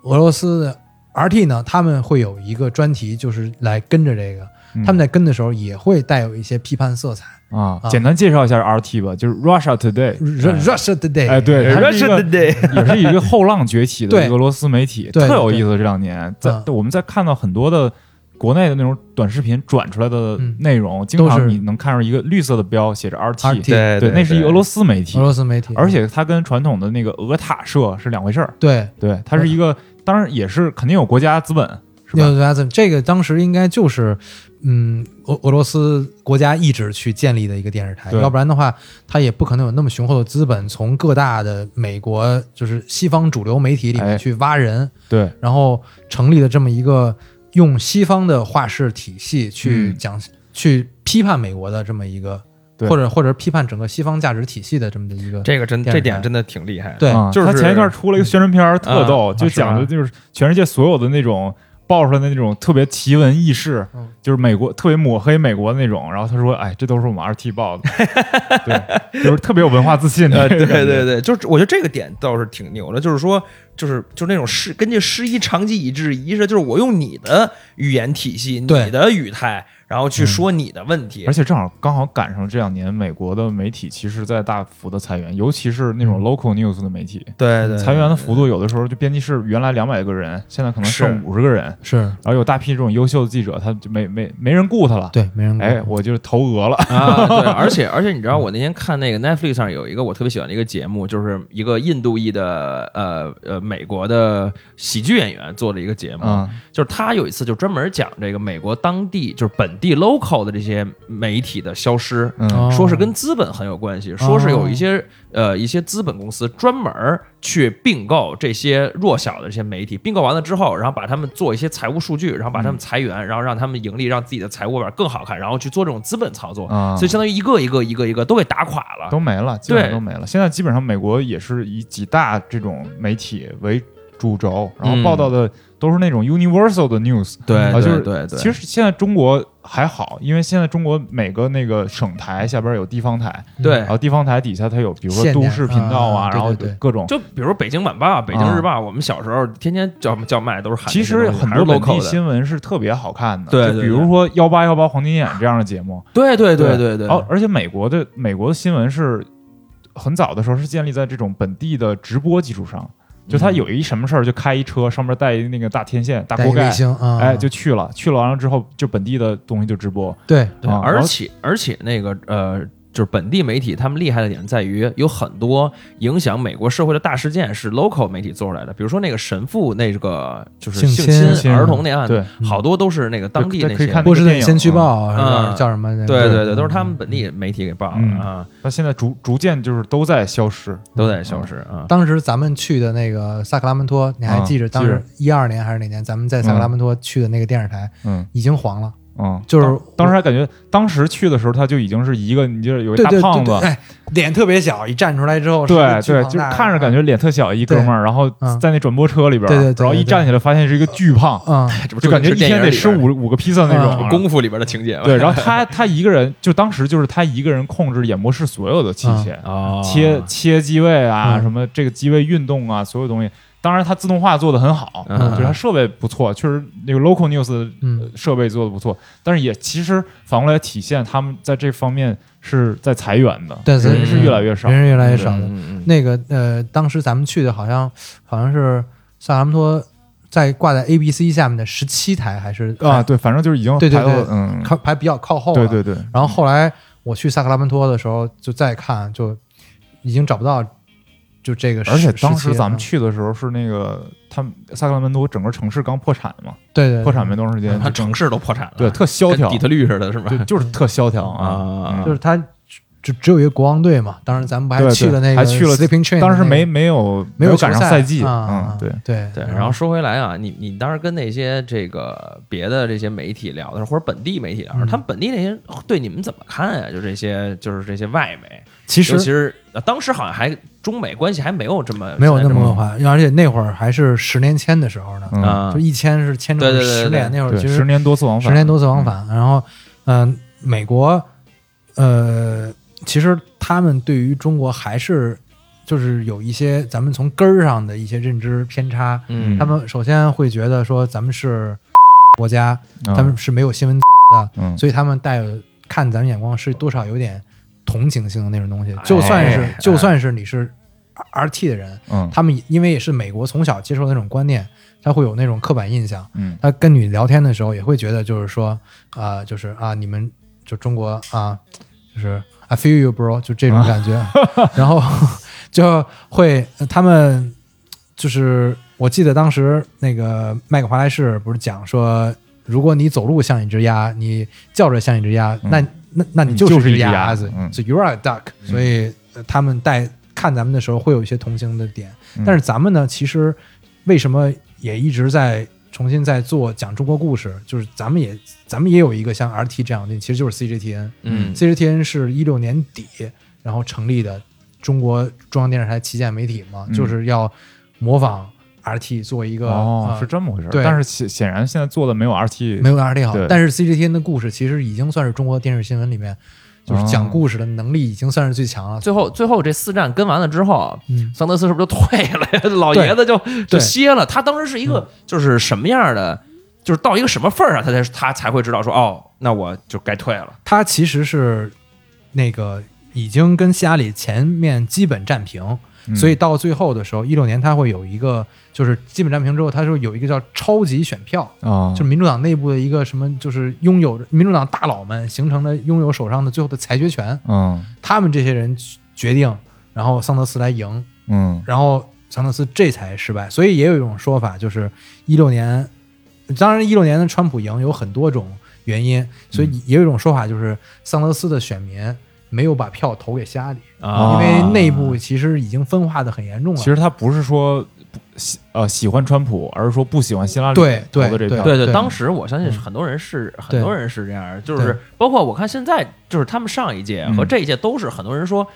C: 俄罗斯的 RT 呢，他们会有一个专题，就是来跟着这个，
A: 嗯
C: 他们在跟的时候也会带有一些批判色彩。
A: 啊
C: 啊，
A: 简单介绍一下 RT 吧，就是 Russia Today，
C: Ru- Russia Today，
A: 哎对
C: 它
A: 它
C: 是
A: 是一
G: Russia
A: 个
G: Today，
C: [laughs]
A: 也是一个后浪崛起的
C: 对
A: 一个俄罗斯媒体，
C: 对
A: 特有意思。这两年在
C: 嗯
A: 我们在看到很多的国内的那种短视频转出来的
C: 嗯
A: 内容，经
C: 都是
A: 常你能看到一个绿色的标写着 RT，
C: RT
G: 对
A: 对，那是一个俄罗斯媒体
C: 俄，罗斯媒体，
A: 而且它跟传统的那个俄塔社是两回事儿，
C: 对，
A: 对，它是一个当然也是肯定有国家资本，是吧
C: 六九八字这个当时应该就是，嗯，俄俄罗斯国家一直去建立的一个电视台，
A: 对
C: 要不然的话，它也不可能有那么雄厚的资本，从各大的美国就是西方主流媒体里面
A: 哎
C: 去挖人，
A: 对，
C: 然后成立了这么一个用西方的画室体系去
A: 嗯
C: 讲、去批判美国的这么一个，
A: 对
C: 或者或者批判整个西方价值体系的这么的一个，
G: 这个真
C: 电视台
G: 这点真的挺厉害的。
C: 对，
A: 啊
G: 就是
A: 他前一段出了一个宣传片儿，特逗，
G: 嗯
A: 就讲
G: 啊
A: 的就是全世界所有的那种爆出来的那种特别奇闻异事
C: 嗯，
A: 就是美国特别抹黑美国的那种。然后他说：“哎，这都是我们 RT 报
G: [laughs]
A: 的，对，就是特别有文化自信的。
G: 呃，对对对，就是我觉得这个点倒是挺牛的，就是说，就是就是那种师根据师夷长技以制夷是，就是我用你的语言体系、你
C: 对
G: 的语态，然后去说你的问题
A: 而。且正好刚好赶上这两年美国的媒体其实在大幅的裁员，尤其是那种 local news 的媒体，
G: 嗯对对，
A: 裁员的幅度有的时候就编辑室原来两百个人，现在可能剩
G: 是
A: 五十个人，然
C: 是
A: 后有大批这种优秀的记者，他就没没没人雇他了。
C: 对，没人管
A: 哎，我就是投俄了，
B: 啊，对，而且而且你知道，我那天看那个 Netflix 上有一个我特别喜欢的一个节目，就是一个印度裔的呃呃美国的喜剧演员做的一个节目，
A: 嗯
B: 就是他有一次就专门讲这个美国当地就是本地 local 的这些媒体的消失，
A: 嗯
C: 哦
B: 说是跟资本很有关系，说是有一些呃一些资本公司专门儿去并购这些弱小的这些媒体，并购完了之后，然后把他们做一些财务数据，然后把他们裁员，然后让他们盈利，让自己的财务表更好看，然后去做这种资本操作，
A: 啊
B: 所以相当于一个一个一个一个都给打垮了。
A: 都没了，基本上
B: 对
A: 都没了。现在基本上美国也是以几大这种媒体为主轴，然后
B: 嗯
A: 报道的都是那种 universal 的 news。
B: 对
A: 啊，就是
B: 对对，
A: 其实现在中国还好，因为现在中国每个那个省台下边有地方台，
B: 对
A: 然。后地方台底下它有，比如说
C: 县台
A: 都市频道啊，
C: 啊
A: 然后
C: 对对对
A: 各种。
B: 就比如北京晚报、北京日报，我们小时候天天叫叫卖都是喊这
A: 其
B: 些东西。
A: 实很
B: 还是
A: 多本
B: local
A: 地
B: 的
A: 新闻是特别好看的，
B: 对对
A: 就比如
B: 对
A: 说幺八幺八黄金眼这样的节目，
B: 对对对
A: 对
B: 对对，
A: 哦，而且美国的美国的新闻是很早的时候是建立在这种本地的直播基础上，就他有一什么事儿就开一车，上面带一那个大天线、大
C: 嗯带
A: 锅盖
C: 卫，星啊，
A: 哎，就去了，去了完了之后就本地的东西就直播，
C: 对，
B: 对，
A: 啊然
B: 而
A: 后
B: 且而且那个呃，就是本地媒体他们厉害的点在于，有很多影响美国社会的大事件是 local 媒体做出来的，比如说那个神父那个就是
C: 性
B: 性
C: 侵
A: 侵
B: 儿童那案子，
A: 对，
B: 好多都是那个当地
A: 对
B: 那
A: 嗯可以
B: 些
A: 看。
C: 波士
A: 那个
C: 顿
A: 电影啊
C: 先驱报啊是吧
B: 嗯
C: 叫什么？
B: 对对对，都是他们本地媒体给报
A: 嗯
B: 的啊，
A: 那现在逐逐渐就是都在消失，
B: 都在消失啊。
A: 嗯
C: 当时咱们去的那个萨克拉门托，你还记着？
A: 啊
C: 当时一二年还是哪年，咱们在萨克拉门托去的那个电视台
A: 嗯
C: 已经黄了，
A: 嗯，
C: 就是
A: 当时还感觉，当时去的时候他就已经是一个，你就是有一
C: 对
A: 大
C: 对
A: 胖
C: 对
A: 子
C: 对，，哎，脸特别小，一站出来之后是一
A: 对
C: 个巨
A: 对，
C: 庞
A: 就是
C: 大的
A: 看着感觉脸特小一哥们儿，然后
C: 嗯
A: 在那转播车里边儿，
C: 对对对对
A: 然后一站起来发现是一个巨胖，
C: 嗯
B: 这不
A: 就感觉
B: 是
A: 一
B: 电
A: 天
B: 影
A: 得
B: 里
A: 吃
B: 边
A: 五五个披萨那种
C: 嗯
A: 啊。
B: 功夫里边的情节吧。
A: 对，然后他他一个人，就当时就是他一个人控制演播室所有的器械，
B: 哦
A: 切切机位啊，
C: 啊嗯
A: 什么这个机位运动啊，所有东西。当然，它自动化做的很好，
B: 嗯
A: 就是它设备不错，确实那个 local news
C: 嗯
A: 设备做的不错，但是也其实反过来体现他们在这方面是在裁员的，
C: 对所以
A: 人是
C: 嗯
A: 越来越少。
C: 人是越来越少了。
B: 嗯嗯
C: 那个呃，当时咱们去的好像好像是萨拉姆托在挂在 ABC 下面的十七台还是
A: 啊，，对，反正就是已经
C: 对对
A: 排到
C: 对
A: 嗯，
C: 靠排比较靠后了。啊
A: 对对对，
C: 然后后来我去萨克拉门托的时候，就再看就已经找不到就这个时，
A: 而且当时
C: 期嗯了
A: 咱们去的时候是那个他们萨克拉门多整个城市刚破产嘛，
C: 对对
A: 破产没多长时间，
B: 他
A: 就整
B: 城市都破产了，
A: 对特萧
B: 跟
A: 条
B: 底，特律似的，是吧？
A: 就
C: 嗯
A: 就是特萧条啊。
B: 啊
C: 就是他就只有一个国王队嘛。当时咱们不还
A: 对对
C: 去了那个
A: 还去了
C: Sleeping Train，
A: 当时
C: 的那
A: 没
C: 个
A: 没有
C: 没
A: 有
C: 有
A: 赶上
C: 球
A: 赛季，
C: 啊
A: 嗯，，对，
C: 对
B: 对，然后说回来啊，你你当时跟那些这个别的这些媒体聊的时候，或者本地媒体聊的时候，
C: 嗯
B: 他们本地那些人对你们怎么看呀？就这些，就是这些外媒，
C: 其
B: 尤
C: 实
B: 其是呃当时好像还中美关系还没有这么
C: 没有那
B: 现在
C: 么恶化，而且那会儿还是十年签的时候呢，
B: 这
A: 嗯，
B: 么啊
C: 就一签是签
B: 对
C: 成
B: 对对
C: 十
B: 对
C: 年，那会儿
A: 对，
C: 其
A: 十
C: 实
A: 年多次往返，
C: 十年多次往返。然后，嗯、美国，呃，其实他们对于中国还是就是有一些咱们从根儿上的一些认知偏差。
B: 嗯
C: 他们首先会觉得说咱们是国家，
A: 嗯，
C: 他们是没有新闻的，
A: 嗯，
C: 所以他们带有看咱们眼光是多少有点同情性的那种东西。就算是
B: 哎
C: 就算是你是 R T 的人，
A: 嗯
C: 他们因为也是美国从小接受的那种观念，他会有那种刻板印象。
A: 嗯
C: 他跟你聊天的时候也会觉得就是说啊、就是啊，你们就中国啊，就是 I feel you bro，就这种感觉，然后就会呃他们就是我记得当时那个麦克华莱士不是讲说，如果你走路像一只鸭，你叫着像一只鸭，
A: 嗯
C: 那那那你
A: 你
C: 就
A: 就是是一只
C: 鸭
A: 鸭
C: 子，
A: 嗯
C: 所以 you are a duck，、所以呃他们带看咱们的时候会有一些同情的点，
A: 嗯
C: 但是咱们呢，其实为什么也一直在重新在做讲中国故事，就是咱们也咱们也有一个像 RT 这样的，其实就是 CGTN。
B: 嗯
C: CGTN 是一六年底然后成立的中国中央电视台旗舰媒体嘛，
A: 嗯
C: 就是要模仿 RT 做一个、
A: 哦，
C: 呃
A: 是这么回事儿。
C: 对
A: 但是显显然现在做的没有 RT
C: 没有 RT 好
A: 对。
C: 但是 CGTN 的故事其实已经算是中国电视新闻里面就是
A: 哦
C: 讲故事的能力已经算是最强了。
B: 最后最后这四战跟完了之后，
C: 嗯，
B: 桑德斯是不是就退了 [laughs] 呀？老爷子就就歇了。他当时是一个就是什么样的，就是到一个什么份儿上，他才他才会知道说哦，那我就该退了。
C: 它其实是那个已经跟希拉里前面基本战平，
A: 嗯
C: 所以到最后的时候，一六年它会有一个就是基本战平之后，它是有一个叫超级选票，
A: 啊，
C: 就是民主党内部的一个什么，就是拥有民主党大佬们形成的拥有手上的最后的裁决权，
A: 嗯
C: 他们这些人决定，然后桑德斯来赢，
A: 嗯
C: 然后桑德斯这才失败。所以也有一种说法，就是一六年，当然一六年的川普赢有很多种原因，所
A: 嗯
C: 以也有一种说法就是桑德斯的选民没有把票投给希拉里，
A: 啊
C: 因为内部其实已经分化的很严重了。
A: 其实他不是说不喜呃喜欢川普，而是说不喜欢希拉里
C: 对
A: 投
C: 对
A: 的这
C: 对
A: 票。
B: 对对，
C: 对
B: 当时我相信
C: 嗯
B: 是很多人是
C: 对
B: 很多人是这样，就
C: 对
B: 是包括我看现在就是他们上一届和
A: 嗯
B: 这一届都是很多人说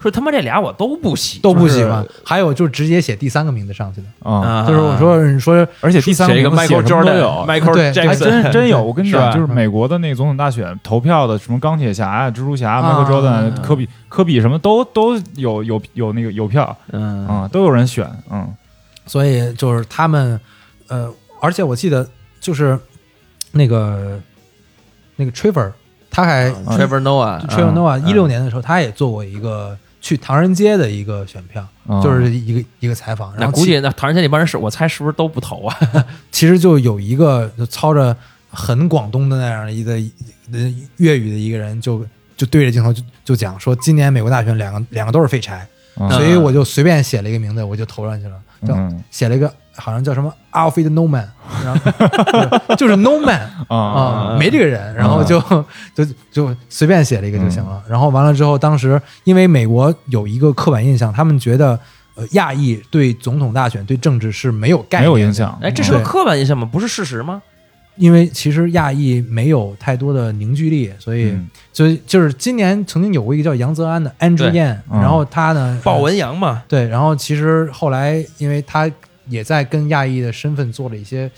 B: 说他妈这俩我都不喜
C: 都不喜欢，还有就直接写第三个名字上去的，
A: 啊，
B: 啊，
C: 就是我说你说
A: 而且第三个
B: 写一个
A: 名字写
B: Michael
A: 什么都有
B: Jordan、。Michael
C: 对
A: 还
B: Jackson，
A: 哎真真有，我跟你讲，
B: 是吧
A: 就是美国的那个总统大选投票的，什么钢铁侠啊、蜘蛛侠、
C: 啊
A: Michael Jordan、科比、科比什么都都有有有那个有票
B: 嗯
A: 啊，都有人选，嗯
C: 所以就是他们，呃，而且我记得就是那个那个 Trevor，他还、
B: ，Trevor Noah，
C: t r e v o Noah
B: 嗯
C: 一六年的时候，他也做过一个去唐人街的一个选票，
A: 啊
C: 就是一个一个采访。
B: 哦
C: 然
B: 那
C: 后
B: 估
C: 其
B: 计那唐人街那帮人是我猜是不是都不投啊？
C: 其实就有一个就操着很广东的那样一个呃粤语的一个人就，就对着镜头就就讲说，今年美国大选两个两个都是废柴，
A: 嗯
C: 所以我就随便写了一个名字，我就投上去了，就
A: 嗯
C: 写了一个好像叫什么 Alfred No Man，然后就是就是 No Man，
A: 啊
C: 啊、没这个人，然后就、就就随便写了一个就行
A: 嗯
C: 了。然后完了之后，当时因为美国有一个刻板印象，他们觉得呃亚裔对总统大选对政治是没有概
A: 没
C: 念的，
A: 有影响，
B: 哎，这
A: 嗯
B: 是个
C: 对
B: 刻板印象吗？不是事实吗？
C: 因为其实亚裔没有太多的凝聚力，所以、
A: 嗯
C: 所以就是今年曾经有过一个叫杨泽安的 Andrew
B: 对
C: Yan，、
A: 嗯
C: 然后他呢
B: 鲍文扬嘛，
C: 对，然后其实后来因为他也在跟亚裔的身份做了一些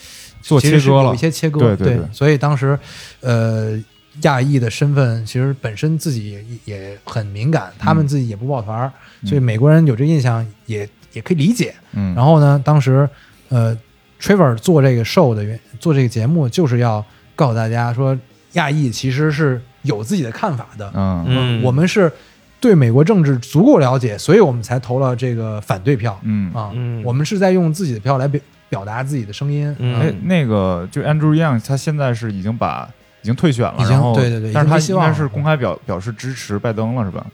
A: 做
C: 其实
A: 切
C: 是
A: 割
C: 有
A: 了
C: 一，些切割，
A: 对对对
C: 所以当时呃亚裔的身份其实本身自己也也很敏感，他们自己也不抱团儿，
A: 嗯
C: 所以美国人有这印象也也可以理解。
A: 嗯，
C: 然后呢，当时呃，Trevor 做这个 show 的原做这个节目，就是要告诉大家说，亚裔其实是有自己的看法的。
A: 嗯
B: 嗯
C: 我们是对美国政治足够了解，所以我们才投了这个反对票
A: 嗯，
C: 啊。
B: 嗯
C: 我们是在用自己的票来表表达自己的声音。
B: 嗯
A: 哎，那个就 Andrew Yang，他现在是已经把已经退选了，
C: 已经
A: 然后
C: 对对对
A: 但是
C: 已经
A: 他
C: 没希
A: 应
C: 望
A: 该
C: 了
A: 是公开表表示支持拜登了，是吧？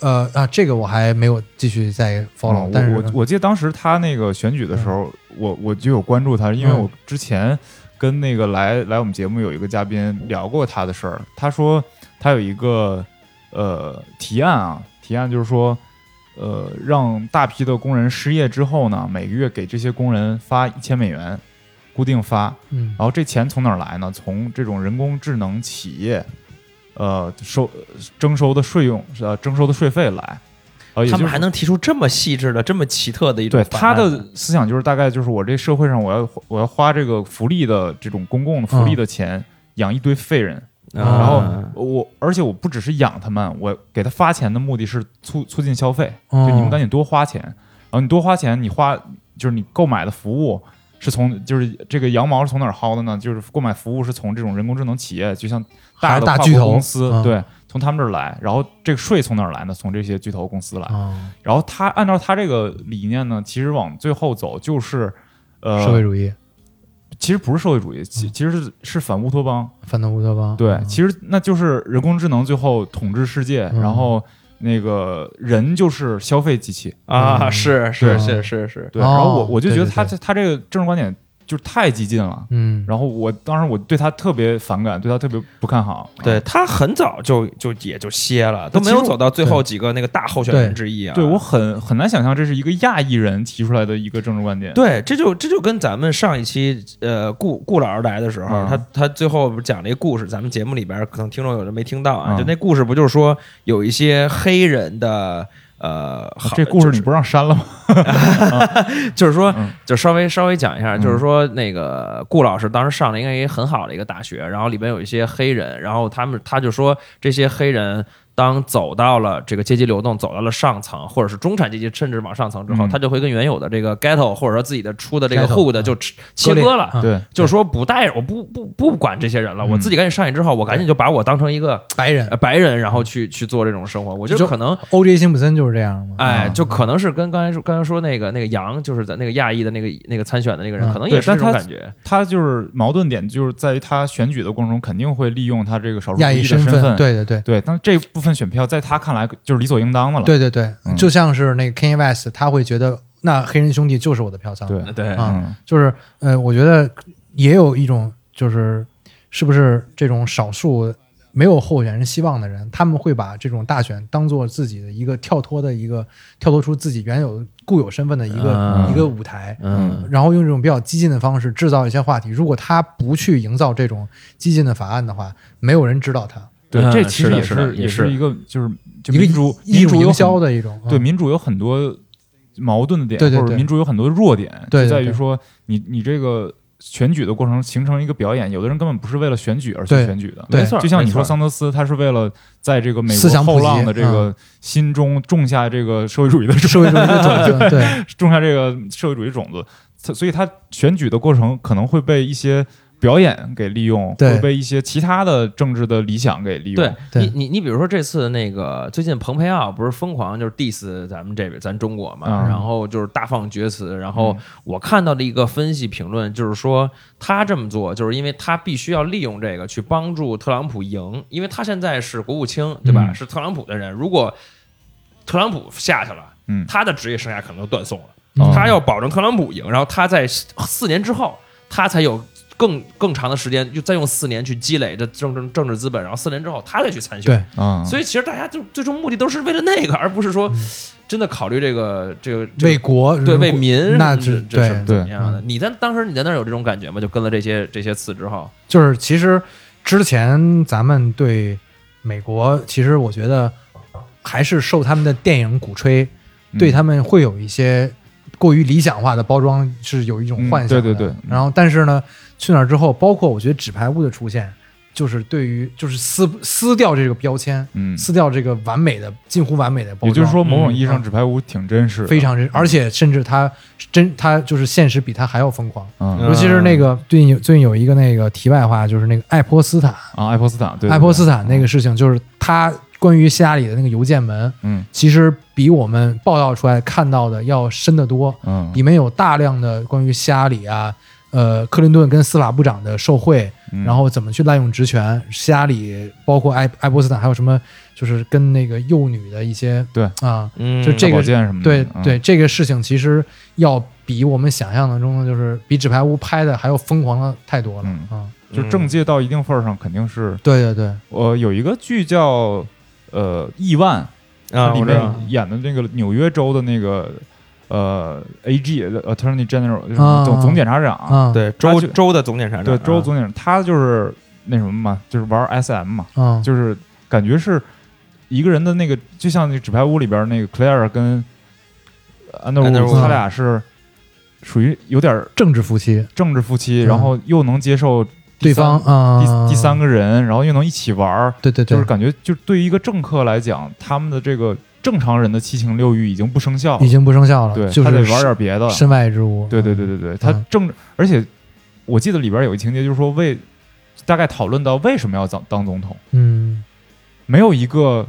C: 呃啊，这个我还没有继续再 follow，、
A: 嗯
C: 但是
A: 我我我记得当时他那个选举的时候，我我就有关注他，因为
C: 嗯
A: 我之前跟那个来来我们节目有一个嘉宾聊过他的事儿，他说他有一个呃提案啊，提案就是说。呃，让大批的工人失业之后呢，每个月给这些工人发一千美元，固定发，
C: 嗯
A: 然后这钱从哪儿来呢？从这种人工智能企业，呃，收征收的税用呃征收的税费来。呃，也
B: 他
A: 就
B: 们
A: 是
B: 还能提出这么细致的、这么奇特的一种
A: 对
B: 方案嗯
A: 他的思想就是大概就是我这社会上我要我要花这个福利的这种公
C: 嗯
A: 共福利的钱、养一堆废人，
B: 啊
A: 然后我而且我不只是养他们，我给他发钱的目的是促促进消费，
C: 哦
A: 就你们赶紧多花钱，然后你多花钱，你花就是你购买的服务是从就是这个羊毛是从哪儿薅的呢？就是购买服务是从这种人工智能企业，就像
C: 还
A: 大
C: 是
A: 的
C: 大
A: 跨
C: 巨
A: 国
C: 头
A: 公司，
C: 嗯
A: 对，从他们这儿来，然后这个税从哪儿来呢？从这些巨头公司来。
C: 啊，
A: 然后他按照他这个理念呢，其实往最后走就是，呃，
C: 社会主义，
A: 其实不是社会主义，其
C: 嗯
A: 其实是是反乌托邦。
C: 反动乌托邦。
A: 对，
C: 嗯
A: 其实那就是人工智能最后统治世界，
C: 嗯
A: 然后那个人就是消费机器。
B: 啊，
C: 嗯
B: 是是
A: 对
B: 是是是，
A: 对，
C: 哦
A: 然后我我就觉得
C: 对对
A: 他
C: 对
A: 他这个政治观点就是太激进了。
C: 嗯，
A: 然后我当时我对他特别反感，对他特别不看好。哎
B: 对他很早就就也就歇了，都没有走到最后几个那个大候选人之一啊。
A: 对我很很难想象这是一个亚裔人提出来的一个政治观点。
B: 对，这就这就跟咱们上一期呃顾顾老师来的时候，
A: 嗯
B: 他他最后不是讲了一个故事，咱们节目里边可能听众有的没听到
A: 嗯
B: 啊，就那故事不就是说有一些黑人的呃，好
A: 这故事
B: 就
A: 你
B: 是
A: 不让删了吗？
B: 就是说
A: 嗯
B: 就稍微稍微讲一下，
A: 嗯
B: 就是说那个顾老师当时上了一个一个很好的一个大学，然后里边有一些黑人，然后他们他就说这些黑人。当走到了这个阶级流动，走到了上层或者是中产阶级，甚至往上层之后，
A: 嗯
B: 他就会跟原有的这个 ghetto 或者说自己的出的这个
C: Ghetto，
B: hood
C: 嗯
B: 就切切割了，
C: 嗯
A: 对，
B: 就是说不带我不不不管这些人了，
A: 嗯
B: 我自己赶紧上去之后，我赶紧就把我当成一个
C: 白人
B: 呃白人，然后去去做这种生活。我觉得
C: 就
B: 可能，
C: O.J. 辛普森就是这样嘛。啊
B: 哎，
A: 嗯
B: 就可能是跟刚才说刚才说那个那个杨，就是在那个亚裔的那个那个参选的那个人，
C: 嗯
B: 可能也是
A: 啊对
B: 这种
A: 但他
B: 感觉。
A: 他就是矛盾点，就是在于他选举的过程中肯定会利用他这个少数族
C: 亚
A: 裔
C: 裔
A: 的
C: 身
A: 身
C: 份，对对对。
A: 对，但这部分选票在他看来就是理所应当的了。
C: 对对对，
A: 嗯
C: 就像是那个 Kanye West，他会觉得那黑人兄弟就是我的票仓。
A: 对
B: 对
C: 啊
A: 嗯
C: 就是呃，我觉得也有一种就是是不是这种少数没有候选人希望的人，他们会把这种大选当做自己的一个跳脱的一个跳脱出自己原有固有身份的一个、
B: 嗯
C: 一个舞台。
B: 嗯
C: 然后用这种比较激进的方式制造一些话题。如果他不去营造这种激进的法案的话，没有人知道他。
A: 对，
B: 嗯
A: 这其实
B: 是的
A: 也
B: 是的
A: 是
B: 也
A: 也
B: 是
A: 一个就是就
C: 一个
A: 民主
C: 艺
A: 民
C: 术
A: 主有
C: 营
A: 很
C: 销的一种，
A: 对
C: 嗯
A: 民主有很多矛盾的点，
C: 对对
A: 或者
C: 对
A: 民主有很多弱点，
C: 对对
A: 就在于
C: 对
A: 说你你这个选举的过程形成一个表演，有的人根本不是为了选举而去
C: 对
A: 选举的，
C: 对
B: 没错
A: 就像你说
B: 没错
A: 桑德斯，他是为了在这个美
C: 思
A: 国
C: 想普
A: 后
C: 及嗯
A: 浪的这个心中种下这个社会主义的 [laughs] 种
C: 社会主义的
A: [laughs]
C: 种子，对，
A: 种下这个社会主义种子，他所以他选举的过程可能会被一些表演给利用，
C: 对
A: 会被一些其他的政治的理想给利用。
B: 对
C: 对
B: 你，你你比如说这次那个最近蓬佩奥不是疯狂就是 diss 咱们这边咱中国嘛，
A: 嗯
B: 然后就是大放厥词，然后
A: 嗯
B: 我看到的一个分析评论就是说他这么做就是因为他必须要利用这个去帮助特朗普赢，因为他现在是国务卿对吧？
A: 嗯
B: 是特朗普的人，如果特朗普下去了，
A: 嗯
B: 他的职业生涯可能就断送了。
C: 嗯
B: 他要保证特朗普赢，然后他在四年之后，他才有更更长的时间，就再用四年去积累这政政政治资本，然后四年之后他再去参选。
C: 对
A: 嗯，
B: 所以其实大家就最终目的都是为了那个，而不是说真的考虑这个这个这个
C: 嗯为国
B: 对为民
C: 那
B: 这
C: 是
B: 这是
C: 对
B: 怎么样的
C: 嗯？
B: 你在当时你在那儿有这种感觉吗？就跟了这些这些次之后，
C: 就是其实之前咱们对美国，其实我觉得还是受他们的电影鼓吹，
A: 嗯
C: 对他们会有一些过于理想化的包装，是有一种幻想
A: 嗯
C: 的、
A: 对对对嗯
C: 然后，但是呢，去那儿之后，包括我觉得纸牌屋的出现，就是对于就是撕撕掉这个标签，
A: 嗯，
C: 撕掉这个完美的近乎完美的包装。
A: 也就是说，某种意义上，
C: 嗯
A: 纸牌屋挺真实的，
C: 非常真，而且甚至他真他就是现实比他还要疯狂。
A: 嗯
C: 尤其是那个最近有最近有一个那个题外话，就是那个爱泼斯坦，
A: 啊，爱泼斯坦，对，对
C: 爱泼斯坦那个，事情，就是他关于希拉里的那个邮件门，
A: 嗯
C: 其实比我们报道出来看到的要深得多。
A: 嗯，
C: 里面有大量的关于希拉里啊，呃，克林顿跟司法部长的受贿，
A: 嗯
C: 然后怎么去滥用职权，希拉里包括爱爱泼斯坦，还有什么就是跟那个幼女的一些
A: 对
C: 啊，
B: 嗯
C: 就这
A: 大
C: 个
A: 保健什么的，
C: 对
A: 嗯
C: 对，，这个事情其实要比我们想象当中的，就是比纸牌屋拍的还要疯狂的太多了
A: 嗯啊
C: 啊！
A: 就政界到一定份儿上，肯定是
C: 对对对，
A: 我有一个剧叫呃《亿万》，它
B: 嗯
G: 啊，
A: 里
G: 我知道
A: 面演的那个纽约州的那个呃 A.G. Attorney General 就是
C: 啊
A: 总总检察长，
C: 啊，
G: 对
A: 他
G: 州
A: 就
G: 州的总检察长，
A: 对州
G: 啊
A: 总检察，他就是那什么嘛，就是玩 S.M. 嘛，
C: 嗯，
A: 就是感觉是一个人的那个，就像那《纸牌屋》里边那个 Claire 跟 Underwood，
G: Underwood
A: 他俩是属于有点
C: 政治夫妻，
A: 政治夫妻，
C: 嗯
A: 然后又能接受第
C: 对
A: 三
C: 方啊，
A: 第第三，个人，然后又能一起玩儿，
C: 对对对，
A: 就是感觉就是对于一个政客来讲，他们的这个正常人的七情六欲已经不生效了
C: 已，经不生效了，
A: 对，
C: 就
A: 他
C: 是
A: 得玩点别的。
C: 身外之物，
A: 对对对对对，他
C: 嗯
A: 政，而且我记得里边有一情节，就是说为大概讨论到为什么要当当总统，
C: 嗯
A: 没有一个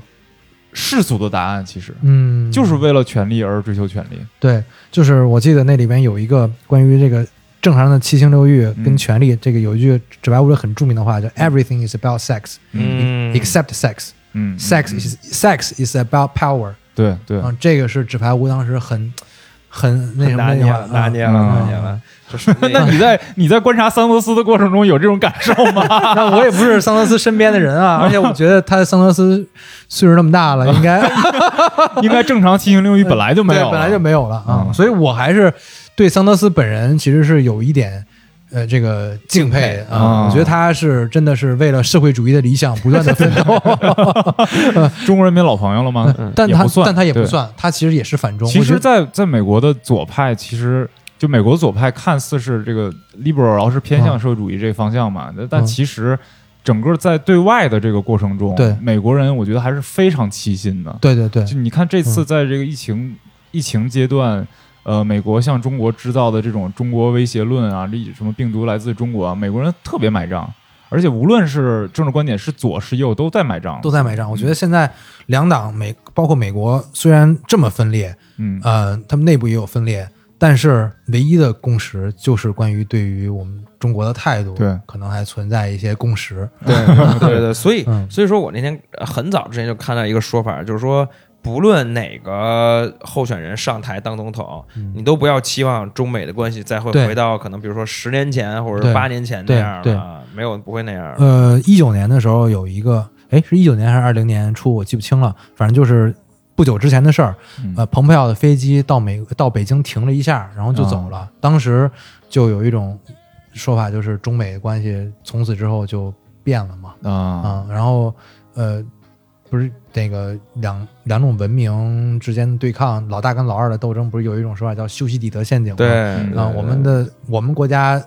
A: 世俗的答案，其实
C: 嗯，
A: 就是为了权力而追求权力。
C: 对，就是我记得那里边有一个关于这个正常人的七情六欲跟
A: 嗯
C: 权利，这个有一句纸牌屋里很著名的话，叫 “Everything is about sex,
G: 嗯
C: except sex.
A: 嗯
C: Sex
A: 嗯
C: is sex is about power.”
A: 对对，
C: 嗯，这个是纸牌屋当时很很那什啊么
G: 拿
C: 的
G: 捏
C: 地
G: 了，
C: 方
G: 拿捏了，
A: 嗯
G: 拿捏了，就是
A: 那你在你在观察桑德斯的过程中有这种感受吗？ [laughs]
C: 啊那我也不是桑德斯身边的人 [laughs] 啊，而且我觉得他桑德斯岁数那么大 [laughs] 了，应该
A: 应该正常七情六欲本来就没有
C: 对
A: 了，
C: 本来就没有了啊、
A: 嗯
C: 所以我还是对桑德斯本人其实是有一点。呃，这个敬佩啊、
A: 啊
C: 我觉得他是真的是为了社会主义的理想不断的 [laughs] 奋斗，
A: 中国人民老朋友了吗？
C: 嗯但
A: 也
C: 他
A: 不算
C: 但他也不
A: 对
C: 算，他其实也是反中。
A: 其
C: 我觉
A: 实
C: 得
A: 在，在美国的左派，其实就美国左派看似是这个 liberal，然后是偏向社会主义这个方向嘛，但但
C: 嗯
A: 其实整个在对外的这个过程中，
C: 对
A: 美国人我觉得还是非常齐心的。
C: 对对对，嗯
A: 就你看这次在这个疫情、疫情阶段。呃，美国向中国制造的这种中国威胁论啊，例什么病毒来自中国啊，美国人特别买账，而且无论是政治观点是左是右都在买账，
C: 都在买账。我觉得现在两党美包括美国虽然这么分裂，
A: 嗯
C: 呃，他们内部也有分裂，但是唯一的共识就是关于对于我们中国的态度，
A: 对
C: 可能还存在一些共识。
G: 对对对，所以
C: 嗯
G: 所以说我那天呃很早之前就看到一个说法，就是说。不论哪个候选人上台当总统，你都不要期望中美的关系再
C: 嗯
G: 会
C: 对
G: 回到可能，比如说十年前或者
C: 对
G: 是八年前那样
C: 对对
G: 了啊，没有不会那样。
C: 呃，一九年的时候有一个，哎，是一九年还是二零年初，我记不清了，反正就是不久之前的事儿。
A: 嗯
C: 呃，蓬佩奥的飞机到美到北京停了一下，然后就走了。当时就有一种说法，就是中美关系从此之后就变了嘛。
A: 啊
C: 啊、然后呃，不是那个两两种文明之间的对抗，老大跟老二的斗争，不是有一种说法叫修昔底德陷阱吗？
G: 对
A: 嗯
C: 啊，我们的我们国家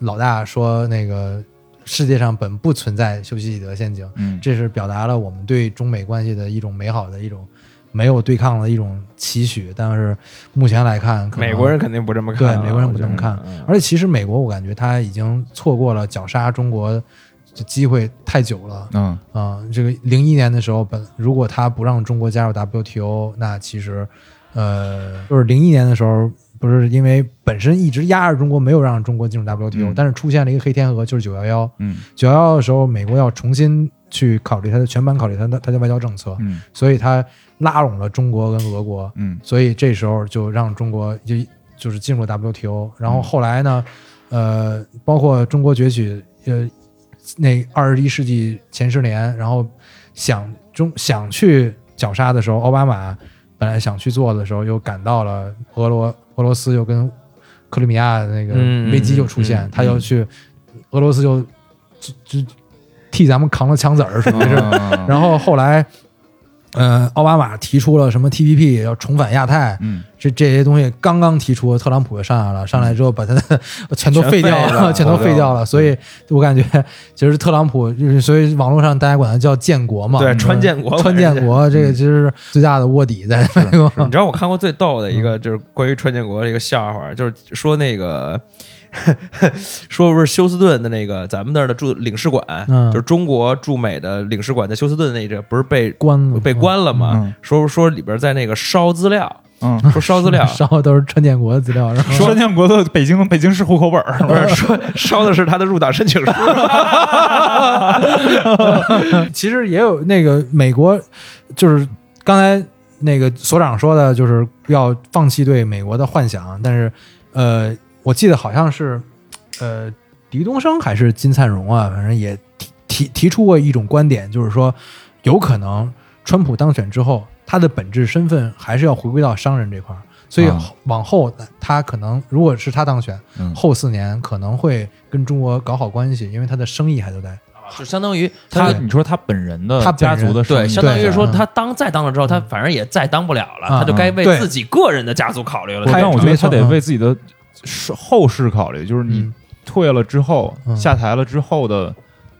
C: 老大说那个世界上本不存在修昔底德陷阱，
A: 嗯
C: 这是表达了我们对中美关系的一种美好的一种没有对抗的一种期许。但是目前来看，可能
G: 美国人肯定不这么看
C: 对
G: 啊，
C: 美国人不这么看
G: 我觉得，
C: 而且其实美国我感觉他已经错过了绞杀中国的机会太久了。
A: 嗯
C: 啊、这个零一年的时候，本如果他不让中国加入 WTO，那其实，呃，就是零一年的时候，不是因为本身一直压着中国，没有让中国进入 WTO，、
A: 嗯
C: 但是出现了一个黑天鹅，就是九幺幺。
A: 嗯
C: 九幺幺的时候，美国要重新去考虑它的全盘考虑它的它的外交政策，
A: 嗯
C: 所以它拉拢了中国跟俄国，
A: 嗯
B: 嗯
C: 所以这时候就让中国就就是进入 WTO。然后后来呢，呃，包括中国崛起，呃，那二十一世纪前十年，然后想中想去绞杀的时候，奥巴马本来想去做的时候，又赶到了俄罗俄罗斯，又跟克里米亚的那个
B: 嗯
C: 危机就出现，
B: 嗯嗯
C: 他又去俄罗斯就就就替咱们扛了枪子儿，属于
B: 哦
C: 是。
G: 嗯
A: 然
C: 然后后来，呃，奥巴马提出了什么 TPP 要重返亚太，
A: 嗯，
C: 这这些东西刚刚提出，特朗普就上来了，上来之后把他的 [laughs] 全都废掉
G: 全废
C: 了，
G: 了
C: [laughs]
G: 嗯
C: 全都废掉了。所以我感觉，其实特朗普就是，所以网络上大家管他叫建国嘛，
G: 对
C: 嗯
G: 川
C: [laughs]
G: 建国嗯
C: 川建
G: [laughs]
C: 国这个其实是最大的卧底在美国。
A: 嗯
G: 你知道我看过最逗的一个就是关于川建国的一个笑话，就是说那个 [laughs] 说不是休斯顿的那个咱们那儿的驻领事馆，
C: 嗯
G: 就是中国驻美的领事馆在休斯顿那这不是被
C: [laughs] 关了。
G: 被关了吗？
A: 嗯
G: 说说里边在那个烧
A: [laughs]
G: 资料，
A: 嗯，
G: 说烧资
C: [laughs]
G: 料
C: 烧的都是川建国的资料，然后
A: 说建国的北京北京市户口本儿，
G: 不是说烧的是他的入党申请书，
C: 其实也有那个美国，就是刚才那个所长说的，就是要放弃对美国的幻想。但是，呃，我记得好像是，呃，狄东升还是金灿荣啊，反正也提提提出过一种观点，就是说，有可能川普当选之后，他的本质身份还是要回归到商人这块儿。所以
A: 啊
C: 往后，他可能如果是他当选，
A: 嗯
C: 后四年可能会跟中国搞好关系，因为他的生意还都在。
B: [laughs] 就相当于
A: 他
B: 他
A: 你说他本人的
C: 他本
A: 家
C: 人
A: 族的生
B: 对，
A: 意
B: 相当于是说
C: 嗯
B: 他当再当了之后，他反正也再当不了了，
C: 嗯
B: 他就该为
C: 对
B: 自己个人的家族考虑了。
A: 不
C: 太
A: 但我觉
C: 没
A: 得他
C: 错
A: 得
C: 嗯
A: 为自己的事后事考虑，就是你
C: 嗯
A: 退了之后、
C: 嗯
A: 下台了之后的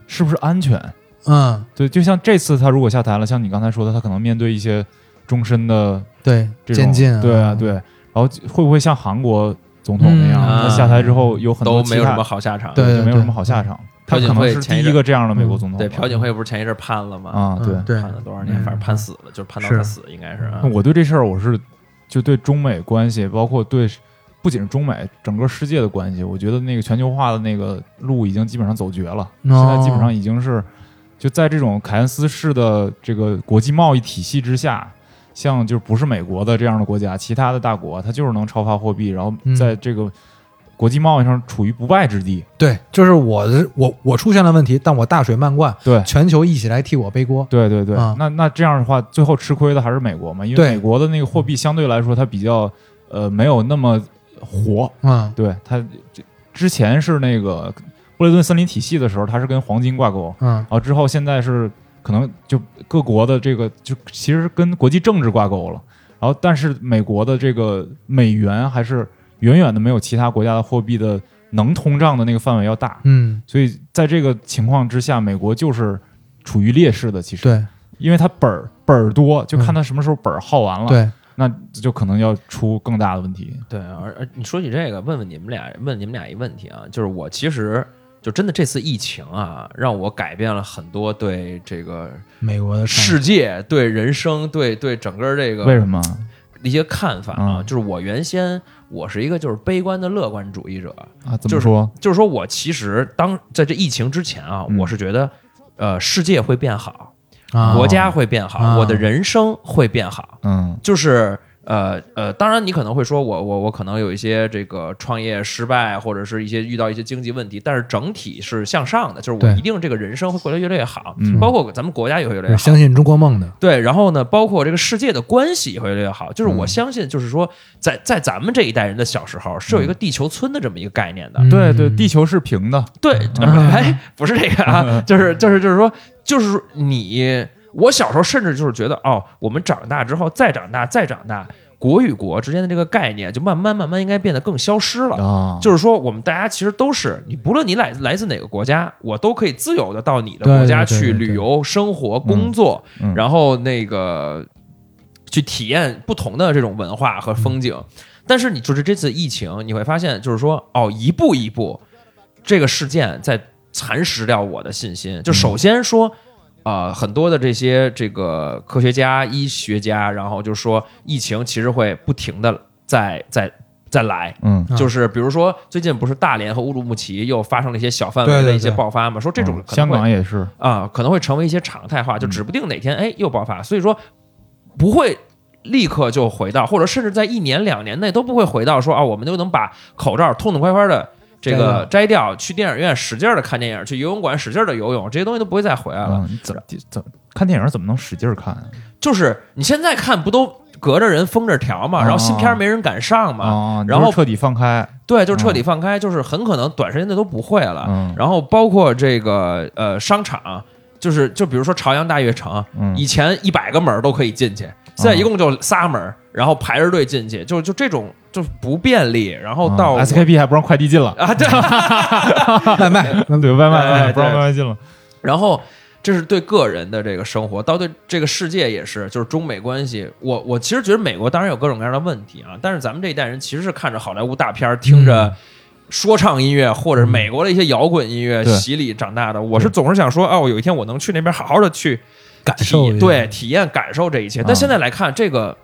A: 是不是安全？
C: 嗯，
A: 对，就像这次他如果下台了，像你刚才说的，他可能面对一些终身的
C: 对，
A: 这种
C: 监禁、啊，
A: 对啊对，然后会不会像韩国总统那样，
C: 嗯
A: 他下台之后有很多
B: 都
A: 其
B: 没有
A: 他
B: 什么好下场。
C: 对
A: 就没有什么好下场？他
B: 朴槿
A: 可能
B: 惠
A: 是
B: 前
A: 第
B: 一
A: 一
B: 阵嗯
A: 个这样的美国总统吧。
B: 对，朴槿惠不是前一阵判了吗？
A: 啊，对。
C: 嗯对
B: 判了多少年？
C: 嗯
B: 反正判死了，就是判到
C: 是
B: 他死，应该是啊
A: 那。我对这事儿，我是就对中美关系，包括对不仅是中美，整个世界的关系，我觉得那个全球化的那个路已经基本上走绝了，现在基本上已经是就在这种凯恩斯式的这个国际贸易体系之下。像就不是美国的这样的国家，其他的大国，它就是能超发货币，然后
C: 嗯
A: 在这个国际贸易上处于不败之地。
C: 对，就是我的我我出现了问题，但我大水漫灌，
A: 对，
C: 全球一起来替我背锅。
A: 对对对，
C: 啊
A: 那那这样的话，最后吃亏的还是美国嘛，因
C: 对
A: 为美国的那个货币相对来说它比较呃没有那么活，
C: 嗯
A: 对它这之前是那个布雷顿森林体系的时候，它是跟黄金挂钩，
C: 嗯
A: 然后之后现在是可能就各国的这个就其实跟国际政治挂钩了，然后但是美国的这个美元还是远远的没有其他国家的货币的能通胀的那个范围要大，
C: 嗯，
A: 所以在这个情况之下，美国就是处于劣势的，其实。
C: 对
A: 因为它本儿本儿多，就看它什么时候本儿耗完了，
C: 对，
A: 那就可能要出更大的问题。
B: 对，啊而而你说起这个，问问你们俩，问你们俩一问题啊，就是我其实就真的这次疫情啊，让我改变了很多对这个
C: 美国的看
B: 世界、对人生、对对整个这个
A: 为什么？
B: 一些看法啊，
A: 嗯
B: 就是我原先我是一个就是悲观的乐观主义者，
A: 啊？怎
B: 就
A: 么
B: 是
A: 说？
B: 就是说我其实当在这疫情之前啊，
A: 嗯
B: 我是觉得呃世界会变好，
C: 啊
B: 国家会变好，
C: 啊
B: 我的人生会变好，
A: 嗯
B: 就是。呃呃，当然，你可能会说我我我可能有一些这个创业失败，或者是一些遇到一些经济问题，但是整体是向上的，就是我
C: 对
B: 一定这个人生会过得越来越好，
A: 嗯
B: 包括咱们国家也会越来越
C: 有
B: 好。
C: 相信中国梦的，
B: 对，然后呢，包括这个世界的关系也会越来越好。就是我
A: 嗯
B: 相信，就是说，在在咱们这一代人的小时候，是有一个地球村的这么一个概念的。
C: 嗯
A: 对对，地球是平的，
B: 对，哎，不是这个啊，就是就是就是说，就是说你，我小时候甚至就是觉得，哦，我们长大之后再长大再长大，国与国之间的这个概念就慢慢慢慢应该变得更消失了。
A: 啊，
B: 就是说，我们大家其实都是你，不论你来来自哪个国家，我都可以自由的到你的
C: 对
B: 国家
C: 对对
B: 去
C: 对对
B: 旅游、生活、工作，
A: 嗯
B: 然后那个去体验不同的这种文化和风景。但是你就是这次疫情，你会发现，就是说，哦，一步一步，这个事件在蚕食掉我的信
C: 嗯
B: 心。就首先说。呃，很多的这些这个科学家、医学家，然后就说疫情其实会不停的在在在来，
A: 嗯
C: 啊
B: 就是比如说最近不是大连和乌鲁木齐又发生了一些小范围
C: 对
B: 的
C: 对
B: 一些
C: 对
B: 爆发嘛？说这种
A: 嗯
B: 可能
A: 香
B: 会
A: 港也是，
B: 啊可能会成为一些常态化，就指不定哪天哎又爆发，所以说不会。立刻就回到，或者甚至在一年两年内都不会回到说啊，我们就能把口罩痛痛快快的这个摘掉，去电影院使劲的看电影，去游泳馆使劲的游泳，这些东西都不会再回来了。
A: 嗯，你怎么怎么看电影怎么能使劲儿看啊？
B: 就是你现在看不都隔着人封着条嘛，然后新片儿没人敢上嘛，
A: 啊，你
B: 然
A: 说
B: 后
A: 彻底放开，
B: 对，就彻底放开，就是很可能短时间内都不会了。
A: 嗯
B: 然后包括这个呃商场，就是就比如说朝阳大悦城，
A: 嗯
B: 以前一百个门儿都可以进去，现在一共就仨门儿，然后排着队进去，就就这种就是不便利。然后到我、
A: 啊 SKP 还不让快递进了，
B: 啊对，
C: 外卖，
A: 对外卖嗯
B: 哎
A: 不让
B: 对
A: 外卖进了，
B: 然后这是对个人的这个生活，到对这个世界也是，就是中美关系。我我其实觉得美国当然有各种各样的问题啊，但是咱们这一代人其实是看着好莱坞大片儿，听
C: 嗯
B: 着说唱音乐或者美国的一些摇滚音乐
A: 对
B: 洗礼长大的。我是总是想说，啊，我有一天我能去那边好好的去
C: 感
B: 体
C: 受一下嗯
B: 对体验感受这一切。但现在来看，这个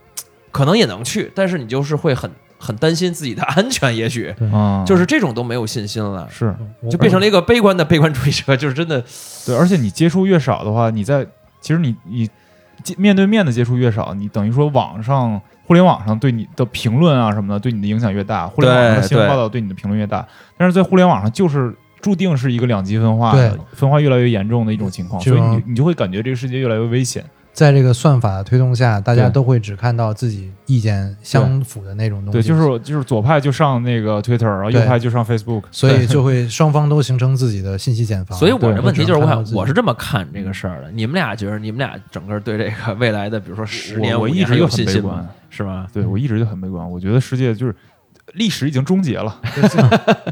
B: 可能也能去，但是你就是会很很担心自己的安全，也许
A: 嗯，
B: 就是这种都没有信心了。
A: 是
C: 我
B: 嗯就变成了一个悲观的悲观主义者， [laughs] 就是真的
A: 对，而且你接触越少的话，你在其实你你接面对面的接触越少，你等于说网上互联网上对你的评论啊什么的，对你的影响越大，互联网上的
B: 对
A: 新闻
B: 对
A: 报道对你的评论越大，但是在互联网上就是。注定是一个两极分化的
C: 对，
A: 分化越来越严重的一种情况，
C: 就
A: 所以你你就会感觉这个世界越来越危险。
C: 在这个算法的推动下，大家
A: 对
C: 都会只看到自己意见相符的那种东
A: 对，
C: 西，
A: 就是就是左派就上那个 Twitter，然后右
C: 对
A: 派就上 Facebook。
C: 所以就会双方都形成自己的信息茧房。
B: 所以我
C: 啊对
B: 的问题就是，我
C: 只能看到
B: 想
C: 自己
B: 我是这么看这个事儿的。你们俩觉得，你们俩整个对这个未来的，比如说十年、
A: 我我
B: 五
A: 一
B: 年
A: 直
B: 还
A: 就
B: 有
A: 很
B: 信
A: 悲
B: 心
A: 观
B: 吗？，是吗？
A: 对我一直就很悲观。我觉得世界就是历史已经终结了，就是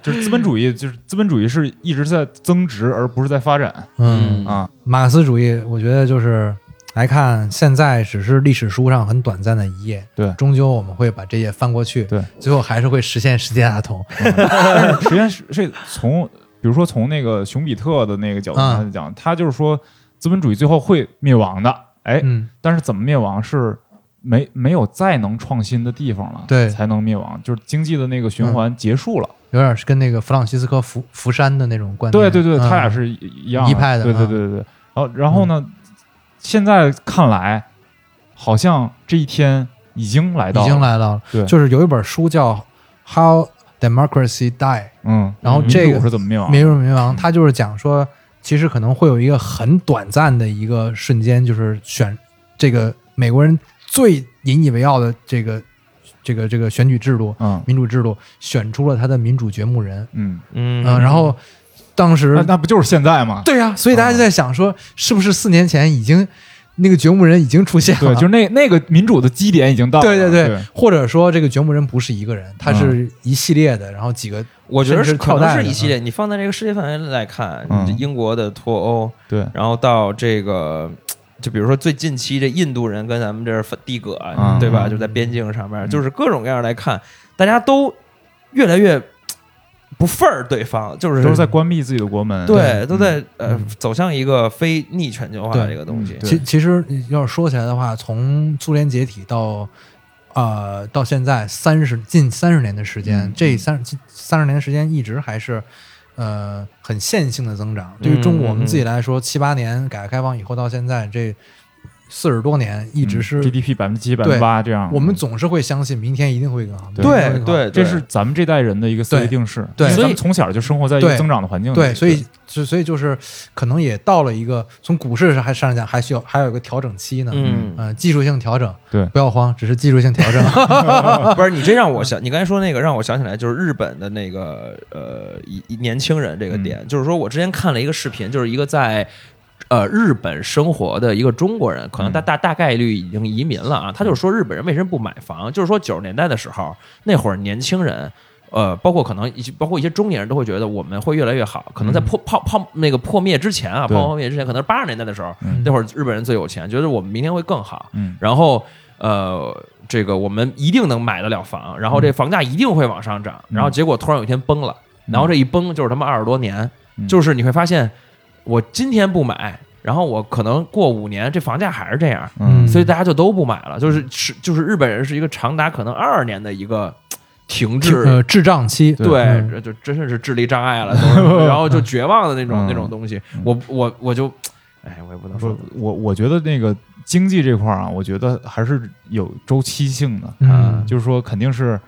A: 就是资本主义， [laughs] 就是资本主义是一直在增值，而不是在发展 [laughs]
C: 嗯，
A: 啊。
C: 马克思主义，我觉得就是来看现在只是历史书上很短暂的一页，
A: 对
C: 终究我们会把这页翻过去，
A: 对，
C: 最后还是会实现世界大同。
A: 但是实验室是从，比如说从那个熊彼特的那个角度
C: 啊
A: 上来讲，他就是说资本主义最后会灭亡的。哎，
C: 嗯，
A: 但是怎么灭亡是没没有再能创新的地方了，
C: 对
A: 才能灭亡，就是经济的那个循环结束了。
C: 有点是跟那个弗朗西斯科·福福山的那种观
A: 对
C: 念，
A: 对对，
C: 嗯
A: 他俩是一一样
C: 一派的
A: 对对
C: 嗯
A: 对对对。然后然后呢，现在看来，好像这一天已经来到
C: 已
A: 了，
C: 经来到了，
A: 对
C: 就是有一本书叫《How Democracy Die》，
A: 嗯。
C: 然后这
A: 民
C: 个
A: 主是怎么灭亡？
C: 没入没王，他就是讲说，其实可能会有一个很短暂的一个瞬间，就是选这个美国人最引以为傲的这个这个这个选举制度、
A: 嗯
C: 民主制度，选出了他的民主掘墓人。
A: 嗯，
B: 嗯
C: 嗯，然后当
A: 那
C: 时
A: 那不就是现在吗？
C: 对呀、啊所以大家就在想说，是不是四年前已经那个掘墓人已经出现
A: 对，
C: 了？
A: 就是那那个民主的基点已经到了。
C: 对对
A: 对嗯
C: 对，或者说这个掘墓人不是一个人，他是一系列的，然后几个
B: 我觉得
C: 甚
B: 是
C: 至
B: 可
C: 跳
B: 能
C: 带
B: 是一
C: 的啊
B: 系列。你放在这个世界范围来看，
A: 嗯
B: 你这英国的脱欧，
A: 对
B: 然后到这个，就比如说最近期这印度人跟咱们这儿分地葛，啊
A: 嗯
B: 对吧？
C: 嗯
B: 就在边境上面，
A: 嗯
B: 就是各种各样来看，大家都越来越不忿儿对方，就是
A: 都是在关闭自己的国门。
B: 对，都在呃
C: 嗯
B: 走向一个非逆全球化
C: 对
B: 这个东西。
A: 嗯对
C: 其其实你要是说起来的话，从苏联解体到呃到现在三十近三十年的时间，
A: 嗯
C: 这三三十年的时间一直还是呃很线性的增长。对于中
B: 嗯
C: 国
B: 嗯
C: 我们自己来说，七八年改革开放以后到现在这四十多年，一直是、
A: 嗯 GDP 百分之七、百分之八这样。
C: 我们总是会相信明天一定会更好。
A: 对
C: 明天会更好
B: 对，
A: 这是咱们这代人的一个思维
C: 对
A: 定式，
C: 对
A: 因为咱
B: 所
A: 们
B: 以
A: 从小就生活在一个
C: 对
A: 增长的环境里。
C: 对，所以所以所以就是可能也到了一个从股市上还上来讲还需要还有一个调整期呢。
B: 嗯，
C: 呃，技术性调整，
A: 对
C: 不要慌，只是技术性调整。 [laughs]
B: 不是你这让我想，你刚才说那个让我想起来，就是日本的那个呃一一年轻人这
A: 嗯
B: 个点，就是说我之前看了一个视频，就是一个在。呃，日本生活的一个中国人，可能
A: 嗯
B: 大大大概率已经移民了啊。他就说日本人为什么不买房？就是说九十年代的时候，那会儿年轻人，呃，包括可能以及包括一些中年人都会觉得我们会越来越好。可能在破泡泡那个破灭之前啊，
A: 嗯对
B: 泡沫破灭之前，可能是八十年代的时候，
A: [laughs] 嗯
B: 那会儿日本人最有钱，觉得我们明天会更好。
A: 嗯，
B: 然后呃，这个我们一定能买得了房，然后这房价一定会往上涨，
A: 嗯
B: 然后结果突然有一天崩了，
A: 嗯
B: 然后这一崩就是他妈二十多年，
A: 嗯
B: 就是你会发现，我今天不买，然后我可能过五年这房价还是这样，
A: 嗯
B: 所以大家就都不买了，就是是就是日本人是一个长达可能二十年的一个停滞。
C: 呃智障期，
A: 对
B: 对，
C: 嗯
B: 这就真的是智力障碍了，都是然后就绝望的那种
A: 嗯
B: 那种东西
A: 嗯。
B: 我我我就，哎，我也
C: 嗯
B: 不能说
A: 不，我我觉得那个经济这块儿啊，我觉得还是有周期性的，
C: 嗯，
A: 就是说肯定是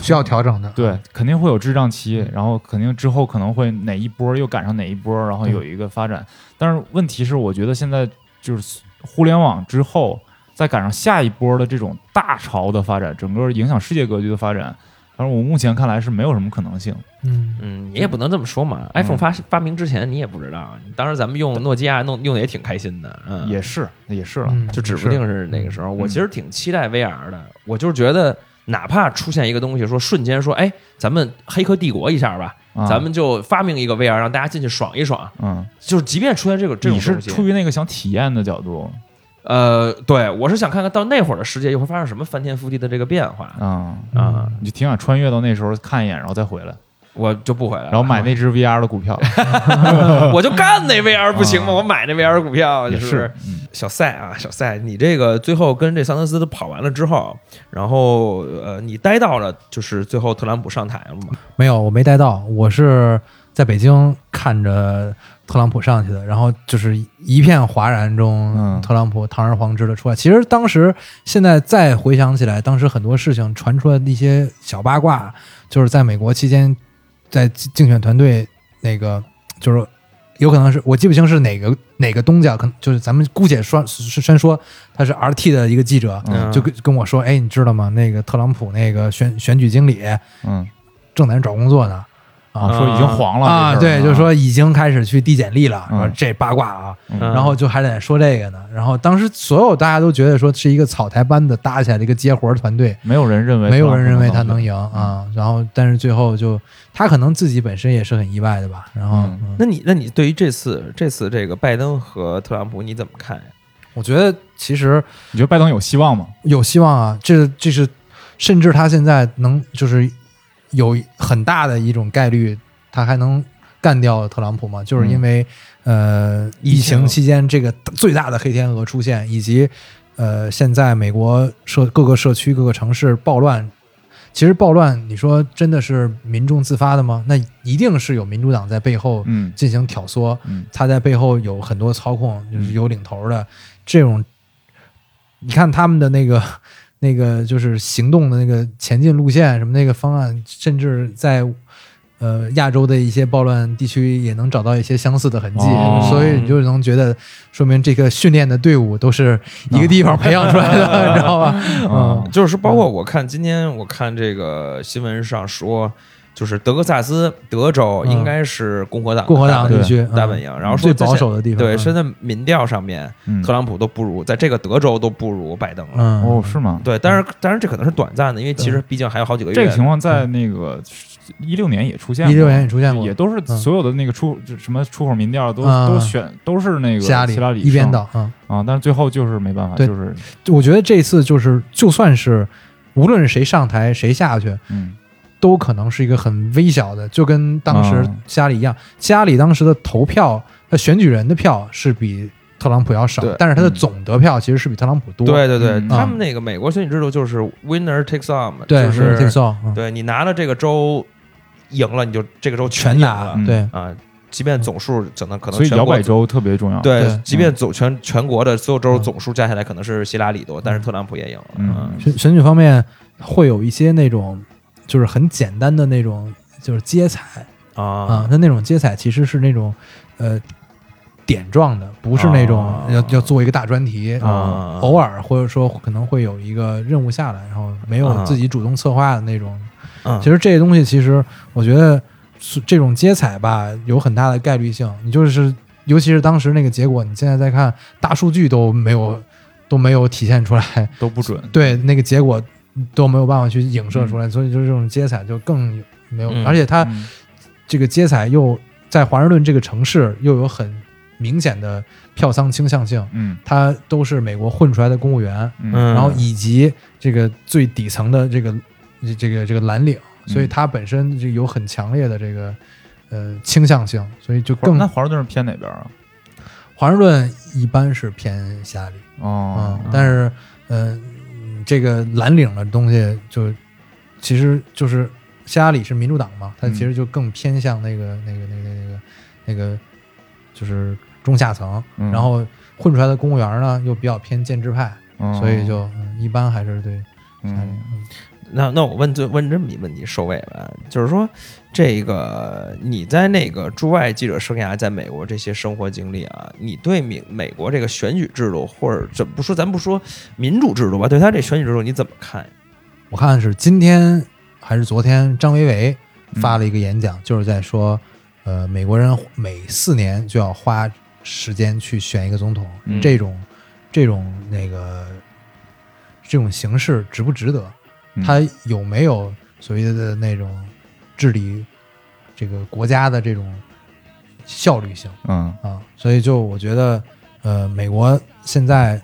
C: 需要调整的。
A: 对，肯定会有滞胀期，然后肯定之后可能会哪一波又赶上哪一波，然后有一个发展。但是问题是，我觉得现在就是互联网之后，再赶上下一波的这种大潮的发展，整个影响世界格局的发展，反正我目前看来是没有什么可能性。
C: 嗯，
B: 嗯，你也不能这么说嘛。iPhone 发发明之前，你也不知道，当时咱们用诺基亚弄用的也挺开心的，嗯，
A: 也是，也是嗯了，
C: 嗯
B: 就指不定是哪个时候。我其实挺期待 VR 的，我就是觉得哪怕出现一个东西，说瞬间说，哎，咱们黑客帝国一下吧，
A: 啊
B: 咱们就发明一个 VR，让大家进去爽一爽。
A: 嗯，
B: 就是即便出现这个这
A: 你
B: 种
A: 是
B: 东西，
A: 出于那个想体验的角度，
B: 呃，对我是想看看到那会儿的世界又会发生什么翻天覆地的这个变化
A: 嗯，
B: 啊、
A: 你就挺想穿越到那时候看一眼，然后再回来，
B: 我就不回来了，
A: 然后
B: [laughs]
A: 买那只 VR 的股票。
B: 我就干那 VR 不行吗？
A: 啊
B: 我买那 VR 股票
A: 也嗯
B: 就是是，小赛啊，小赛，你这个最后跟这桑德斯都跑完了之后，然后呃，你待到了就是最后特朗普上台了嘛？
C: 没有，我没带到，我是在北京看着特朗普上去的，然后就是一片哗然中，
A: 嗯
C: 特朗普堂而皇之的出来。其实当时现在再回想起来，当时很多事情传出来的一些小八卦，就是在美国期间，在竞选团队那个就是。有可能是我记不清是哪个哪个东家，可能就是咱们姑且说先说他是 RT 的一个记者，
A: 嗯
C: 就跟跟我说，哎，你知道吗？那个特朗普那个选选举经理，
A: 嗯，
C: 正在那找工作呢，
A: 啊，说已经黄了
C: 啊，
A: 这事儿
C: 对，就是说已经开始去递简历了，
A: 嗯
C: 说这八卦啊，
A: 嗯
C: 然后就还得说这个呢，然后当时所有大家都觉得说是一个草台班子搭起来的一个接活儿团队，
A: 没有人认为，
C: 没有人认为他能。赢啊，然后但是最后就他可能自己本身也是很意外的吧，然后
A: 嗯
C: 嗯
B: 那你那你对于这次这次这个拜登和特朗普你怎么看呀？
C: 我觉得其实
A: 你觉得拜登有希望吗？
C: 有希望啊，这这是甚至他现在能就是有很大的一种概率，他还能干掉特朗普嘛？就是因为、呃
B: 疫
C: 疫
B: 情
C: 情期间这个最大的黑天鹅出现，以及呃现在美国社各个社区各个城市暴乱。其实暴乱，你说真的是民众自发的吗？那一定是有民主党在背后
A: 嗯
C: 进行挑唆，
A: 嗯
C: 他在背后有很多操控，就是有领头的这种。你看他们的那个 [laughs] 那个就是行动的那个前进路线什么那个方案，甚至在呃亚洲的一些暴乱地区也能找到一些相似的痕迹，
A: 哦
C: 所以你就能觉得说明这个训练的队伍都是一个地方培养出
A: [laughs]
C: 来的，你知道吧？嗯
A: 嗯
B: 就是包括我看今天我看这个新闻上说，就是德克萨斯德州
C: 嗯
B: 应该是共和党的
C: 共和党
B: 大本
C: 地区嗯
B: 大本营，然后说
C: 最
B: 在
C: 保守的地方，
B: 对，
C: 嗯
B: 现在民调上面
A: 嗯
B: 特朗普都不如，在这个德州都不如拜登了。
C: 嗯
A: 哦，是吗？
B: 对，但是当然这可能是短暂的，因为其实毕竟还有好几个月。
A: 这个情况在
B: 嗯
A: 那个一六年也出现过，
C: 一六年也出现过
A: 也都是所有的那个出就什么出口民调都
C: 嗯
A: 都选都是那个
C: 希拉
A: 希拉里
C: 一边
A: 胜
C: 倒啊。嗯
A: 啊，但是最后就是没办法，
C: 对
A: 就是
C: 我觉得这次就是，就算是无论是谁上台谁下去，
A: 嗯
C: 都可能是一个很微小的，就跟当时
B: 啊
A: 嗯
C: 希拉里一样，希拉里当时的投票，他选举人的票是比特朗普要少
B: 对，
C: 但是他的
A: 嗯
C: 总得票其实是比特朗普多。
B: 对对对，
A: 嗯
B: 他们那个美国选举制度就是 winner takes all，嘛
C: 对，
B: 就是是
C: Texas，嗯
B: 对你拿了这个州赢了，你就这个州
C: 全
B: 赢
C: 拿
B: 了
A: 嗯
C: 对。
B: 啊，即便总数可能可能
A: 所以
B: 全
A: 摇
B: 国
A: 摆州嗯特别重要。，
B: 对
C: 对，
B: 即便总全全国的所有州
C: 嗯
B: 总数加起来可能是希拉里多，但是特朗普也赢了。
A: 嗯
C: 选选举方面会有一些那种，就是很简单的那种，就是接彩
B: 啊
C: 啊，它那种接彩其实是那种，呃，点状的，不是那种
B: 啊
C: 要要做一个大专题
B: 啊
C: 偶尔或者说可能会有一个任务下来，然后没有
B: 啊
C: 自己主动策划的那种。
B: 嗯
C: 其实这些东西，其实我觉得是这种接彩吧，有很大的概率性。你就是，尤其是当时那个结果，你现在再看大数据都没有都没有体现出来， [laughs]
A: 都不准。
C: 对那个结果都没有办法去影射出来，所以就这种接彩就更没有。
B: 嗯
C: 而且它
A: 嗯
C: 这个接彩又在华盛顿这个城市又有很明显的票仓倾向性，
A: 嗯
C: 它都是美国混出来的公务员。
A: 嗯
C: 然后以及这个最底层的这个这这个这个蓝领，
A: 嗯
C: 所以它本身就有很强烈的这个呃倾向性，所以就更
A: 那华盛顿是偏哪边啊？
C: 华盛顿一般是偏希拉里
A: 哦
C: 啊，，但是呃嗯这个蓝领的东西就其实就是希拉里是民主党嘛，它
A: 嗯
C: 其实就更偏向那个那个那个那个那个就是中下层，
A: 嗯
C: 然后混出来的公务员呢又比较偏建制派，
A: 嗯
C: 所以就嗯一般还是对。
A: 嗯，
B: 那那我问最问这么一问题，收尾吧，就是说，这个你在那个驻外记者生涯，在美国这些生活经历啊，你对美美国这个选举制度，或者怎不说，咱不说民主制度吧，对他这选举制度你怎么看呀？
C: 我看是今天还是昨天，张维维
A: 嗯
C: 发了一个演讲，就是在说，呃，美国人每四年就要花时间去选一个总统，
A: 嗯
C: 这种这种那个这种形式值不值得？
A: 嗯
C: 他有没有所谓的那种治理这个国家的这种效率性？
A: 嗯
C: 啊，所以就我觉得，呃，美国现在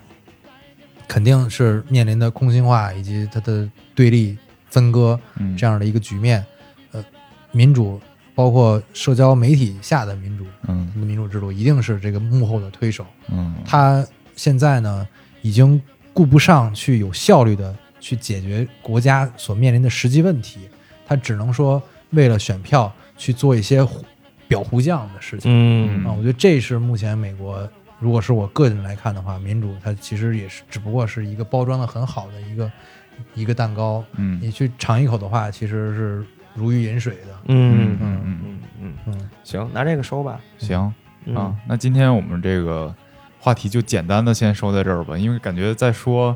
C: 肯定是面临的空心化以及它的对立分割
A: 嗯
C: 这样的一个局面。呃，民主包括社交媒体下的民主，
A: 嗯
C: 民主制度一定是这个幕后的推手。
A: 嗯
C: 他现在呢，已经顾不上去有效率的去解决国家所面临的实际问题，他只能说为了选票去做一些糊裱糊匠的事情。
B: 嗯
C: 啊，我觉得这是目前美国，如果是我个人来看的话，民主它其实也是只不过是一个包装的很好的一个一个蛋糕，
A: 嗯
C: 你去尝一口的话，其实是如鱼饮水的。
B: 嗯
A: 嗯嗯，
B: 嗯嗯
C: 嗯，
B: 行，拿这个收吧。
A: 行
B: 嗯
A: 啊，，那今天我们这个话题就简单的先收在这儿吧，因为感觉再说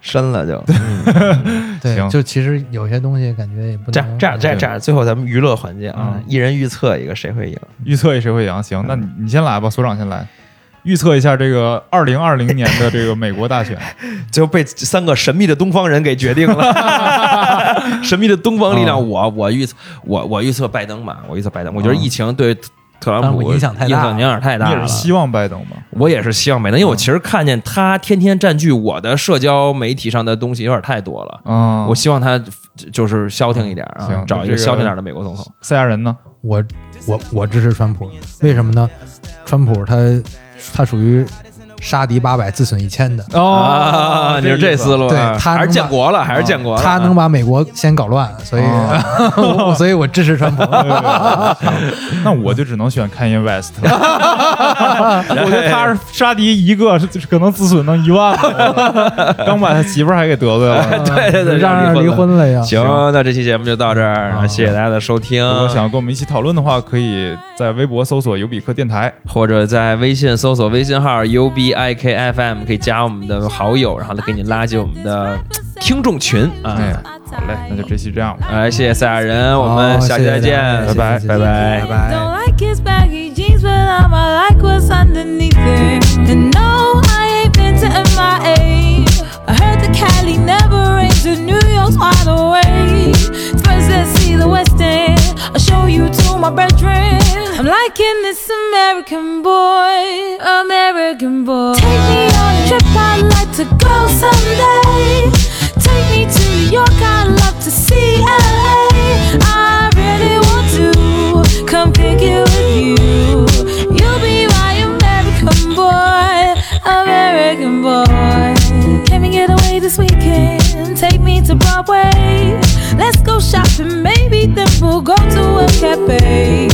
B: 深了就嗯
C: 对
A: 行，
C: 就其实有些东西感觉也不能
B: 这样这样这样这样，最后咱们娱乐环节啊
A: 嗯，
B: 一人预测一个谁会赢。
A: 预测一谁会赢，
B: 嗯
A: 行，那你你先来吧，所长先来。预测一下这个二零二零年的这个美国
B: [laughs]
A: 大选，
B: 最后被三个神秘的东方人给决定
C: [laughs]
B: 了。神秘的东方力量，
C: 嗯
B: 我我预测我我预测拜登吧，我预测拜登。我觉得疫情对特特朗
C: 特朗
B: 普
C: 嗯啊普影响太大了
B: 影响太
A: 你
B: 大
A: 也
B: 了
A: 是。希望拜登吧？
B: 我也是希望拜登，
C: 嗯
B: 因为我其实看见他天天占据我的社交媒体上的东西有点太多了。
C: 嗯
A: 啊，
B: 我希望他就是消停一点啊
A: 行，
B: 找一
A: 那这个
B: 个消停点的美国总统。
A: 赛亚人呢？
C: 我我我支持川普，为什么呢？川普他他属于杀敌八百自损一千的，
B: 啊，
C: 哦
B: 你是这思路啊，
C: 对他
B: 还是
C: 能
B: 建
C: 把
B: 国了，还是建国了啊？哦
C: 他
B: [laughs]
C: 能把美国先搞乱，所
B: 哎
C: 以、
A: 啊
C: 我 [laughs] 所以我支持
B: [laughs]
C: 川普。
A: 那我就只能选 Kanye West
B: [laughs]
A: 了。我觉得他是杀敌一个，是可能自损能一万了。刚把他媳妇儿还给得罪
B: [laughs]
A: 了。
B: 对对对
C: 嗯让人
B: 离
C: 离
B: 婚
C: 婚了呀。
B: 行，那这期节目就到这儿，
C: 啊
B: 谢谢大家的收听。
A: 如果想跟我们一起讨论的话，可以在微博搜索“尤比克电台
B: 或者在微信搜索微信号 U B I K F M，可以加我们的好友，然后呢给你拉进我们的听众群”。啊。
A: 哎，好嘞，那就这期这样吧。
B: 哎，谢谢赛亚人，我
C: 好
B: 们下期再
C: 谢谢
B: 见
C: 大家，
B: 拜拜，
C: 谢谢
B: 拜拜
C: 拜。拜
H: Don't like his baggy jeans, but I'm I like what's underneath it. And no, I ain't been to MIA. I heard the Cali never rains, and New York's wide awake. First, let's see the West End. I'll show you to my brethren. I'm liking this American boy, American boy. Take me on a trip, I'd like to go someday. Take me to New York, I'd love to see LA. I really want to come pick it with you. You'll be my American boy, American boy. Can we get away this weekend? Take me to Broadway. Let's go shopping, maybe then we'll go to a cafe.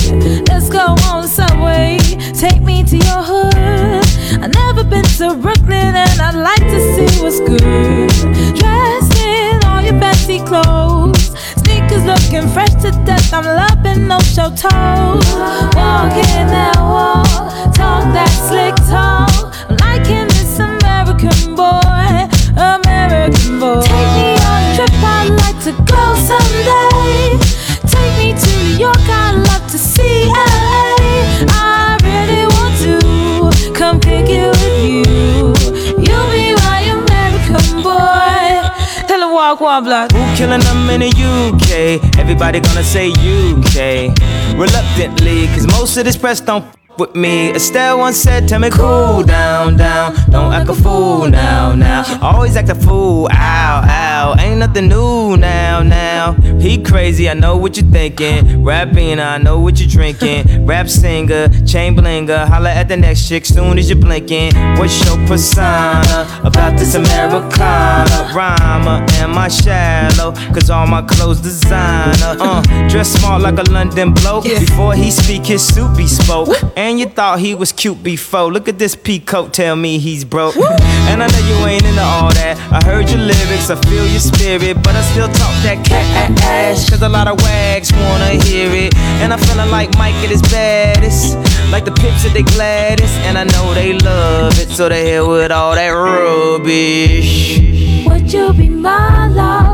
H: Let's go on the subway. Take me to your hood. I've never been to Brooklyn and I'd like to see what's good. Dressed in all your fancy clothes. Sneakers looking fresh to death. I'm loving no show toes. Walking that wall, talk that slick talk. I'm liking this American boy, American boy. Take me on a trip, I'd like to go someday. Take me to New York, I'd love to see LA. I really want to come pick it with you. You'll be my American boy. Tell 'em walk one block.
I: Who killing them in the UK? Everybody gonna say UK. Reluctantly, cause most of this press don't f- with me. Estelle once said, Tell me cool down, down. Don't act a fool now, now. Always act a fool, ow, ow. Ain't nothing new now, now. He crazy, I know what you're thinking. Rapping, I know what you're drinking. Rap singer, chain blinger. Holla at the next chick soon as you're blinking. What's your persona about this Americana? Rhymer, am I shallow? Cause all my clothes designer. Uh, dress smart like a London bloke. Before he speak, his suit be spoke. And Man, you thought he was cute before. Look at this peacoat, tell me he's broke. and I know you ain't into all that. I heard your lyrics, I feel your spirit, but I still talk that cat ass. Cause a lot of wags wanna hear it. And I'm feeling like Mike at his baddest. Like the pips at the Gladys. And I know they love it, so they hit with all that rubbish.
H: Would you be my love?